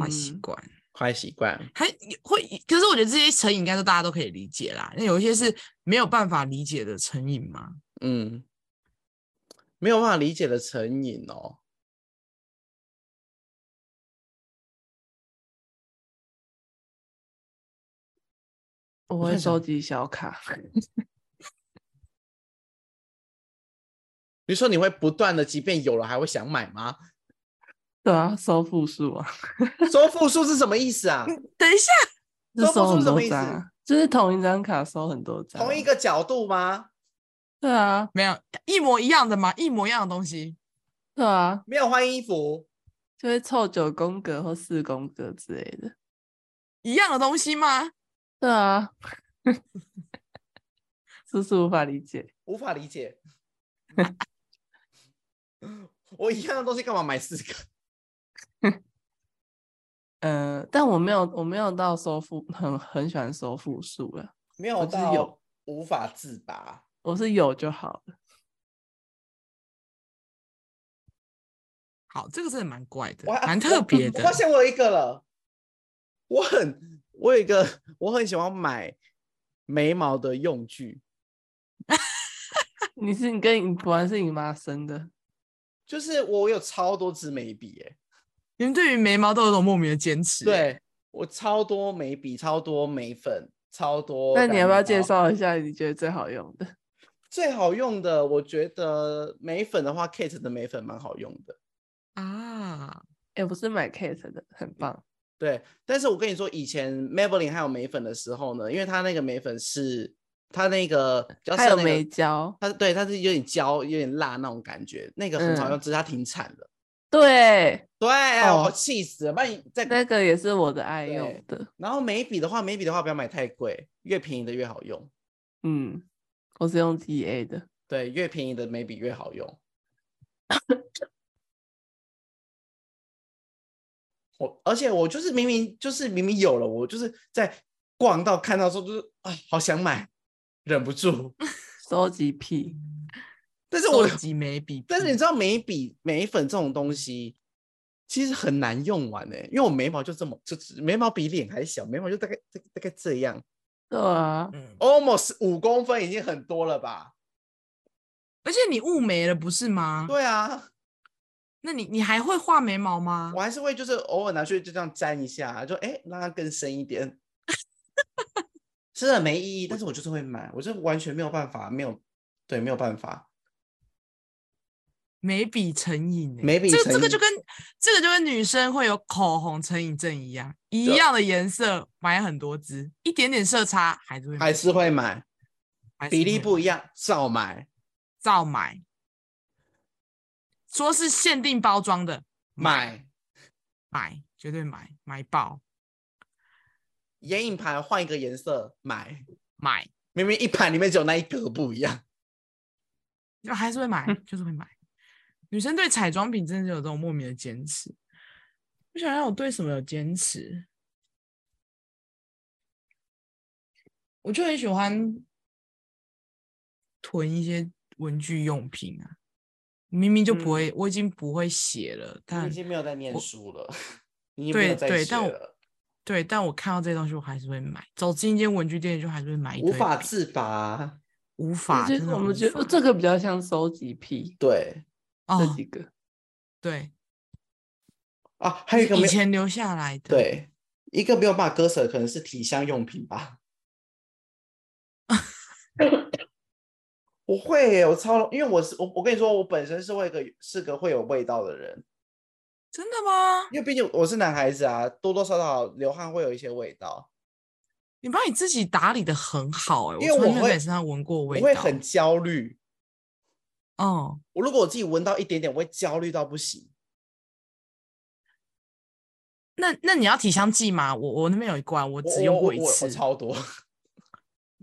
Speaker 2: 坏习
Speaker 3: 嗯
Speaker 2: 惯。
Speaker 1: 坏习惯。
Speaker 2: 还会，可是我觉得这些成瘾应该都大家都可以理解啦。那有一些是没有办法理解的成瘾嘛，
Speaker 1: 嗯，没有办法理解的成瘾哦。
Speaker 3: 我
Speaker 1: 我
Speaker 3: 会
Speaker 1: 在
Speaker 3: 收
Speaker 1: 想
Speaker 3: 集
Speaker 1: [LAUGHS]
Speaker 3: 小卡。
Speaker 1: 你说你会不断的，即便有了还会想买吗？
Speaker 3: 对啊，收复数
Speaker 1: [LAUGHS]
Speaker 3: 啊，
Speaker 1: 收复数是什么意思
Speaker 2: [LAUGHS]
Speaker 1: 啊？
Speaker 2: 等一下，
Speaker 3: 就
Speaker 1: 收复数
Speaker 3: 收很
Speaker 1: 是什
Speaker 3: 多
Speaker 1: 么意
Speaker 3: 张
Speaker 1: 思
Speaker 3: 啊，就是同一张卡收很多张啊，
Speaker 1: 同一个角度吗？
Speaker 3: 对啊，
Speaker 2: 没有一模一样的嘛，一模一样的东西。
Speaker 3: 对啊，
Speaker 1: 没有换衣服，
Speaker 3: 就会凑九宫格或四宫格之类的，
Speaker 2: 一样的东西吗？
Speaker 3: 对啊，叔叔无法理解，
Speaker 1: 无法理解。 [LAUGHS] 我一样的东西干嘛买四个？
Speaker 3: 嗯、但我没有，我没有到收复，很很喜欢收复数了，
Speaker 1: 没有
Speaker 3: 我哦就是
Speaker 1: 到
Speaker 3: 有
Speaker 1: 无法自拔。
Speaker 3: 我是有就好了， [LAUGHS]
Speaker 2: 好，这个真的蛮怪的
Speaker 1: 我，还
Speaker 2: 蛮
Speaker 1: 我
Speaker 2: 特别的
Speaker 1: 我发。现我有一个了，我很我有一个我很喜欢买眉毛的用具，
Speaker 3: 你是你跟你果然是你妈生的，
Speaker 1: 就是我有超多支眉笔哎，
Speaker 2: 你们对于眉毛都有种莫名的坚持。，欸
Speaker 1: 对我超多眉笔，超多眉粉，超多
Speaker 3: 那
Speaker 1: 染毛。
Speaker 3: 你要不要介绍一下你觉得最好用的？
Speaker 1: 最好用的？我觉得眉粉的话，Kate 的眉粉蛮好用的。
Speaker 2: 啊，
Speaker 3: 哎、我是买 Kate 的，很
Speaker 1: 嗯
Speaker 3: 棒。
Speaker 1: 对，但是我跟你说，以前 Maybelline 还有眉粉的时候呢，因为它那个眉粉是它那个比较
Speaker 3: 还
Speaker 1: 像
Speaker 3: 有
Speaker 1: 那
Speaker 3: 眉
Speaker 1: 个，
Speaker 3: 胶，
Speaker 1: 它对它是有点焦、有点辣那种感觉，那个很好用，
Speaker 3: 嗯
Speaker 1: 只是它停产了。
Speaker 3: 对，
Speaker 1: 对，
Speaker 3: 哦
Speaker 1: 我气死了！把你再
Speaker 3: [LAUGHS] 那个也是我的爱用
Speaker 1: 对
Speaker 3: 的。
Speaker 1: 然后眉笔的话，眉笔的话不要买太贵，越便宜的越好用。
Speaker 3: 嗯，我是用 TA 的。
Speaker 1: 对，越便宜的眉笔越好用。 [COUGHS] 我而且我就是明明就是明明有了，我就是在逛到看到的时候就是啊，好想买，忍不住。
Speaker 3: 收集癖，
Speaker 1: 但是我
Speaker 2: 收集眉笔，
Speaker 1: 但是你知道眉笔眉粉这种东西其实很难用完呢、欸因为我眉毛就这么就只眉毛比脸还小，眉毛就大概大概大概这样
Speaker 3: 对啊，
Speaker 2: 嗯，
Speaker 1: ，almost 五公分已经很多了吧？
Speaker 2: 而且你雾眉了不是吗？
Speaker 1: 对啊，
Speaker 2: 那你你还会画眉毛吗
Speaker 1: 我？还是会就是偶尔拿去就这样粘一下，就哎、诶让它更深一点。 [LAUGHS] 真的没意义，但是我就是会买，我就完全没有办法，没有对，没有办法。
Speaker 2: 眉笔成瘾欸、
Speaker 1: 眉笔
Speaker 2: 这个
Speaker 1: 成
Speaker 2: 这个
Speaker 1: 瘾
Speaker 2: 就跟这个就跟女生会有口红成瘾症一样，一
Speaker 1: 对
Speaker 2: 样的颜色买很多支，一点点色差还是会买
Speaker 1: 还是会
Speaker 2: 嗯
Speaker 1: 买，
Speaker 2: 还是
Speaker 1: 比例
Speaker 2: 会
Speaker 1: 不
Speaker 2: 买
Speaker 1: 一样，照买
Speaker 2: 照买。说是限定包装的，
Speaker 1: 买。
Speaker 2: 买绝对买买爆
Speaker 1: 眼影盘换一个颜色买，
Speaker 2: 买，
Speaker 1: 明明一盘里面只有那一格不一样。
Speaker 2: 就还是会买，就是会买。女生对彩妆品真的是有这种莫名的坚持。我想让我对什么有坚持？我就很喜欢囤一些文具用品啊，明明就不会，我已经不会写了，
Speaker 1: 嗯你
Speaker 2: 但
Speaker 1: 已经没有在念
Speaker 2: 嗯我
Speaker 1: 书
Speaker 2: [LAUGHS]
Speaker 1: 了，你已经没
Speaker 2: 对
Speaker 1: 有在
Speaker 2: 对
Speaker 1: 学
Speaker 2: 但我
Speaker 1: 了，
Speaker 2: 对，但我看到这些东西，我还是会买。走进一间文具店，就还是会买一堆
Speaker 1: 无
Speaker 2: 笔，
Speaker 1: 法自拔。
Speaker 2: 无法。
Speaker 3: 我觉
Speaker 2: 真
Speaker 3: 得
Speaker 2: 的
Speaker 3: 我
Speaker 2: 无
Speaker 3: 们觉
Speaker 2: 法
Speaker 3: 得这个比较像收集癖、
Speaker 1: 对
Speaker 3: 这
Speaker 2: 哦
Speaker 3: 几，个。
Speaker 2: 对，
Speaker 1: 啊，还有一个
Speaker 2: 以
Speaker 1: 没有
Speaker 2: 前留下来的，，
Speaker 1: 对一个没有办法割舍，可能是体香用品
Speaker 2: [LAUGHS]
Speaker 1: 吧。我会耶，我超，因为我是我，我跟你说，我本身是会一个是个会有味道的人，
Speaker 2: 真的吗？
Speaker 1: 因为毕竟我是男孩子啊，多多少少流汗会有一些味道。
Speaker 2: 你把你自己打理的很好哎、
Speaker 1: 因为
Speaker 2: 从来
Speaker 1: 我
Speaker 2: 没有在
Speaker 1: 会
Speaker 2: 你身上闻过
Speaker 1: 我
Speaker 2: 味道，
Speaker 1: 会很焦虑。
Speaker 2: 哦，
Speaker 1: 我如果我自己闻到一点点，我会焦虑到不行。
Speaker 2: 那那你要体香剂吗？我我那边有一罐，我
Speaker 1: 我
Speaker 2: 只用
Speaker 1: 我
Speaker 2: 过
Speaker 1: 我
Speaker 2: 一
Speaker 1: 我
Speaker 2: 次
Speaker 1: 我。超多。 [LAUGHS]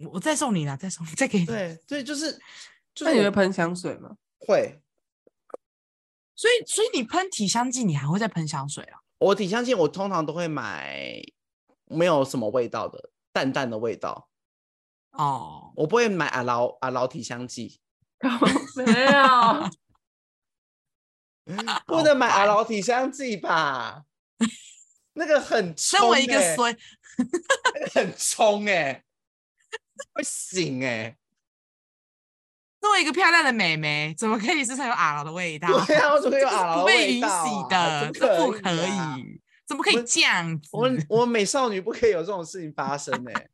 Speaker 2: 我我再送你啦，再送你，再给你。
Speaker 1: 对对，就是
Speaker 2: [LAUGHS]
Speaker 1: 就
Speaker 3: 那
Speaker 1: 是
Speaker 3: 你会
Speaker 1: 我
Speaker 3: 喷香水吗？
Speaker 1: 会，
Speaker 2: 所以所以你喷体香剂，你还会再喷香水啊？
Speaker 1: 我挺相信我通常都会买没有什么味道的淡淡的味道，
Speaker 2: 哦，
Speaker 1: 我不会买阿劳阿劳体香剂，
Speaker 3: [LAUGHS] 没 [LAUGHS] 有，
Speaker 1: 不
Speaker 2: 啊好
Speaker 1: 能买阿
Speaker 2: 烦
Speaker 1: 劳体香剂吧？ [LAUGHS] 那个很
Speaker 2: 身
Speaker 1: 冲
Speaker 2: 为一个
Speaker 1: 欸
Speaker 2: 衰，
Speaker 1: 那个很冲哎、会醒哎、
Speaker 2: 身为一个漂亮的美眉，怎么可以身上有阿劳的味道？
Speaker 1: 对啊，我怎么会有
Speaker 2: 这个是
Speaker 1: 阿劳
Speaker 2: 不被
Speaker 1: 味
Speaker 2: 允
Speaker 1: 道
Speaker 2: 许
Speaker 1: 啊 [LAUGHS]
Speaker 2: 的，这不可
Speaker 1: 啊
Speaker 2: 以，怎么可以
Speaker 1: 我
Speaker 2: 这样子？
Speaker 1: 我 [LAUGHS] 们我们美少女不可以有这种事情发生哎、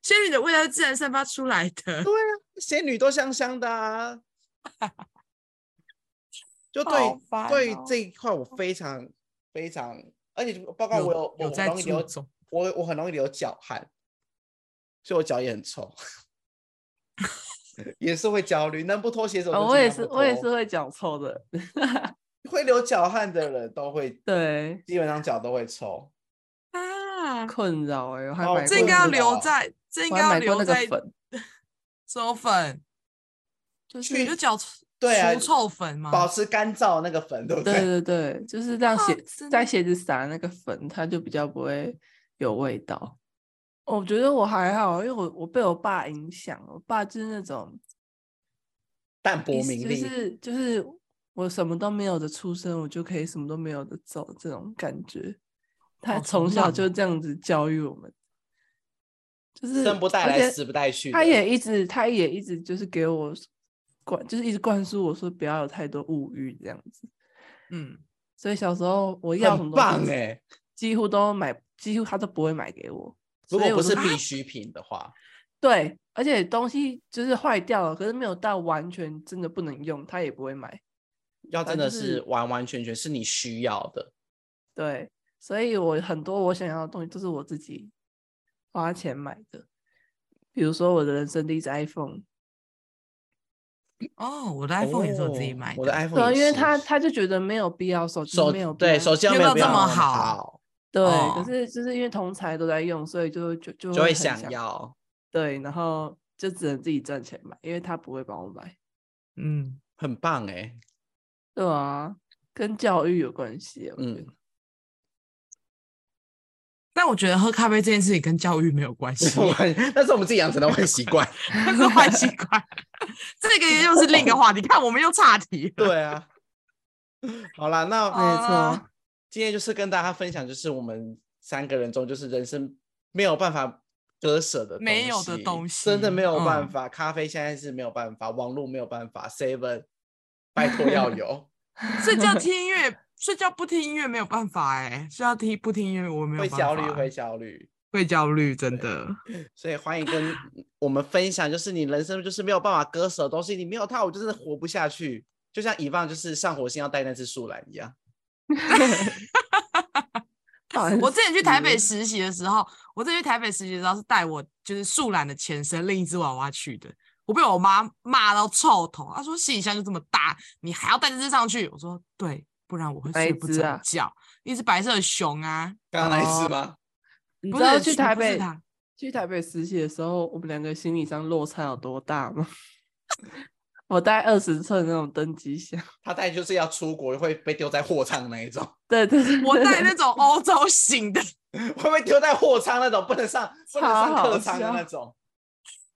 Speaker 2: 仙女的味道是自然散发出来的
Speaker 1: 对，啊， [LAUGHS] 仙女都香香的
Speaker 2: [LAUGHS]
Speaker 1: 啊。就对
Speaker 2: 好烦
Speaker 1: 对于
Speaker 2: 哦
Speaker 1: 这一块，我非常非常，而且包啊括我有我
Speaker 2: 有
Speaker 1: 很
Speaker 2: 在
Speaker 1: 容易
Speaker 2: 注
Speaker 1: 流，
Speaker 2: 重，
Speaker 1: 我我很容易流脚汗，所以我脚也很臭， [LAUGHS] 也是会焦虑，能不脱鞋子
Speaker 3: 哦
Speaker 1: 就
Speaker 3: 我
Speaker 1: 尽
Speaker 3: 也
Speaker 1: 量
Speaker 3: 是，
Speaker 1: 不
Speaker 3: 我也是
Speaker 1: 脱
Speaker 3: 会脚臭的。
Speaker 1: 会流脚汗的人都会，
Speaker 3: 对，
Speaker 1: 基本上脚都会臭。
Speaker 2: 啊，
Speaker 3: 困扰哎、我还
Speaker 1: 哦
Speaker 3: 买
Speaker 2: 这
Speaker 3: 过
Speaker 2: 应
Speaker 1: 不
Speaker 2: 该要
Speaker 3: 那个
Speaker 1: 知
Speaker 2: 留
Speaker 1: 道
Speaker 2: 在，这应
Speaker 3: 我
Speaker 2: 该
Speaker 3: 还
Speaker 2: 要
Speaker 3: 买过
Speaker 2: 留
Speaker 3: 那个
Speaker 2: 在
Speaker 3: 粉，
Speaker 2: 什么粉？就是
Speaker 1: 去
Speaker 2: 就脚
Speaker 1: 对啊
Speaker 2: 除臭粉吗？
Speaker 1: 保持干燥那个粉，对不
Speaker 3: 对对对，就是让
Speaker 2: 啊
Speaker 3: 鞋、
Speaker 2: 真
Speaker 3: 在
Speaker 2: 的
Speaker 3: 鞋子撒那个粉，它就比较不会有味道。哦我觉得我还好，因为我我被我爸影响，我爸就是那种
Speaker 1: 淡
Speaker 3: 一
Speaker 1: 泊
Speaker 3: 是
Speaker 1: 名
Speaker 3: 就
Speaker 1: 利，
Speaker 3: 是就是我什么都没有的出生，我就可以什么都没有的走，这种感觉。他
Speaker 1: 哦
Speaker 2: 好
Speaker 3: 从
Speaker 2: 好
Speaker 3: 小
Speaker 2: 浪
Speaker 3: 就这样子教育我们，就是
Speaker 1: 生不带
Speaker 3: 而
Speaker 1: 来，
Speaker 3: 且
Speaker 1: 死不带去的。
Speaker 3: 他也一直，他也一直就是给我灌，就是一直灌输我说不要有太多物欲这样子。
Speaker 2: 嗯，
Speaker 3: 所以小时候我要什
Speaker 1: 很
Speaker 3: 么东西
Speaker 1: 棒
Speaker 3: 几
Speaker 1: 哎、
Speaker 3: 几乎都买，几乎他都不会买给我。
Speaker 1: 如
Speaker 3: 所以
Speaker 1: 果
Speaker 3: 我
Speaker 1: 不
Speaker 3: 都
Speaker 1: 是必需品的话，
Speaker 3: 对，而且东西就是坏掉了，可是没有到完全真的不能用，他也不会买。
Speaker 1: 要真的
Speaker 3: 就是是
Speaker 1: 完完全全是你需要的。
Speaker 3: 对，所以我很多我想要的东西都是我自己花钱买的，比如说我的人生第一只 iPhone，
Speaker 2: 哦，我的 iPhone 也是我自己
Speaker 1: 哦
Speaker 2: 买的，
Speaker 1: 我的 iPhone，
Speaker 3: 对，啊
Speaker 1: 也
Speaker 3: 因为
Speaker 1: 是
Speaker 3: 他他就觉得没有必要，手机
Speaker 1: 手
Speaker 3: 没有必
Speaker 1: 对
Speaker 3: 要
Speaker 1: 手机要
Speaker 2: 用
Speaker 1: 没有
Speaker 2: 到
Speaker 1: 必
Speaker 2: 这
Speaker 1: 要
Speaker 2: 么
Speaker 1: 很
Speaker 2: 好
Speaker 1: 好，
Speaker 3: 对，
Speaker 2: 哦
Speaker 3: 可是就是因为同才都在用，所以就就就
Speaker 1: 就会
Speaker 3: 会很
Speaker 1: 想
Speaker 3: 想
Speaker 1: 要，
Speaker 3: 对，然后就只能自己赚钱买，因为他不会帮我买。
Speaker 2: 嗯，
Speaker 1: 很棒哎、
Speaker 2: [LAUGHS]
Speaker 3: 对啊，跟教育有关系，我觉
Speaker 1: 嗯，
Speaker 3: 得。
Speaker 2: 但我觉得喝咖啡这件事情跟教育没有关系
Speaker 1: 那是我们自己养成的坏习
Speaker 2: [LAUGHS]
Speaker 1: 惯。
Speaker 2: 它是坏习惯。 [LAUGHS] 这个又是另一个话题，看我们又岔题了。
Speaker 1: 对啊，好啦，那
Speaker 3: 没错
Speaker 2: 啊，
Speaker 1: 今天就是跟大家分享，就是我们三个人中，就是人生没有办法割舍的东西，
Speaker 2: 没有的东
Speaker 1: 真的
Speaker 2: 西
Speaker 1: 没有办
Speaker 2: 嗯
Speaker 1: 法。咖啡现在是没有办法，网络没有办法，Seven，拜托要有，
Speaker 2: 睡觉听音乐，睡觉不听音乐没有办法哎，睡觉听不听音乐我 [LAUGHS] 没有
Speaker 1: 会
Speaker 2: 办法，
Speaker 1: 焦虑，会焦虑。
Speaker 2: 会焦虑，真的。
Speaker 1: 所以欢迎跟我们分享，就是你人生就是没有办法割舍的东西，你没有它，我就真的活不下去。就像以往就是上火星要带那只树懒一样，
Speaker 3: 烦
Speaker 2: 我之前去台北
Speaker 3: 死
Speaker 2: 实习的时候，我之前去台北实习的时候是带我就是树懒的前身另一只娃娃去的。我被我妈骂到臭头，她说行李箱就这么大，你还要带这只上去？我说对，不然我会
Speaker 3: 哪一
Speaker 2: 睡不
Speaker 3: 只啊
Speaker 2: 着觉。一只白色的熊啊，
Speaker 1: 刚刚那一只
Speaker 3: 哦
Speaker 1: 吗？
Speaker 3: 你
Speaker 2: 不
Speaker 3: 知道
Speaker 2: 是
Speaker 3: 去
Speaker 2: 是
Speaker 3: 台
Speaker 2: 不是
Speaker 3: 北
Speaker 2: 他
Speaker 3: 去台北实习的时候，我们两个行李箱落差有多大吗？ [LAUGHS] 我带二十寸那种登机箱， [LAUGHS]
Speaker 1: 它带就是要出国会被丢在货仓那一种。 [LAUGHS]
Speaker 3: 对对对，
Speaker 2: 我带
Speaker 3: 对
Speaker 2: 那种欧洲型的，
Speaker 1: 会不会丢在货仓那种，不能上不能上
Speaker 3: 超好
Speaker 1: 客仓的那
Speaker 3: 笑
Speaker 1: 种？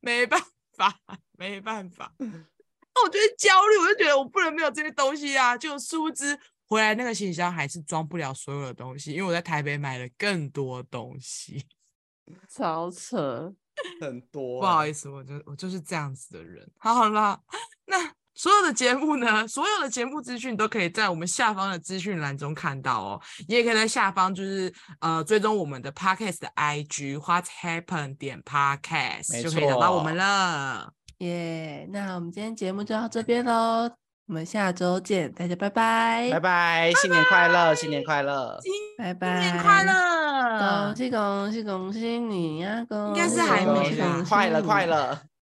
Speaker 2: 没办法，没办法。
Speaker 1: 嗯
Speaker 2: 那我就会焦虑，我就觉得我不能没有这些东西啊。就殊不知回来那个行李箱还是装不了所有的东西，因为我在台北买了更多东
Speaker 1: [LAUGHS]
Speaker 2: 西。
Speaker 3: 超扯，
Speaker 1: 很多、欸
Speaker 2: 不好意
Speaker 1: 思，
Speaker 2: 思，我就我就是这样子的人。好啦，那所有的节目呢，所有的节目资讯都可以在我们下方的资讯栏中看到哦，你也可以在下方就是呃追踪我们的 podcast 的 IG What's Happen 点 podcast
Speaker 1: 没
Speaker 2: 就可以找到我们
Speaker 1: 错
Speaker 2: 了。
Speaker 3: 耶那我们今天节目就到这边喽，我们下周见，大家拜拜，
Speaker 1: 拜拜，新年快乐，新年快乐，
Speaker 2: 新
Speaker 3: 拜拜，
Speaker 2: 年快
Speaker 3: 恭
Speaker 2: 乐！
Speaker 3: 喜恭喜恭喜你呀、啊！
Speaker 2: 该
Speaker 3: 恭
Speaker 2: 是
Speaker 3: 喜
Speaker 2: 还
Speaker 3: 恭
Speaker 2: 没
Speaker 3: 喜
Speaker 2: 啦
Speaker 3: 恭喜
Speaker 1: 快了
Speaker 3: 你
Speaker 1: 快了，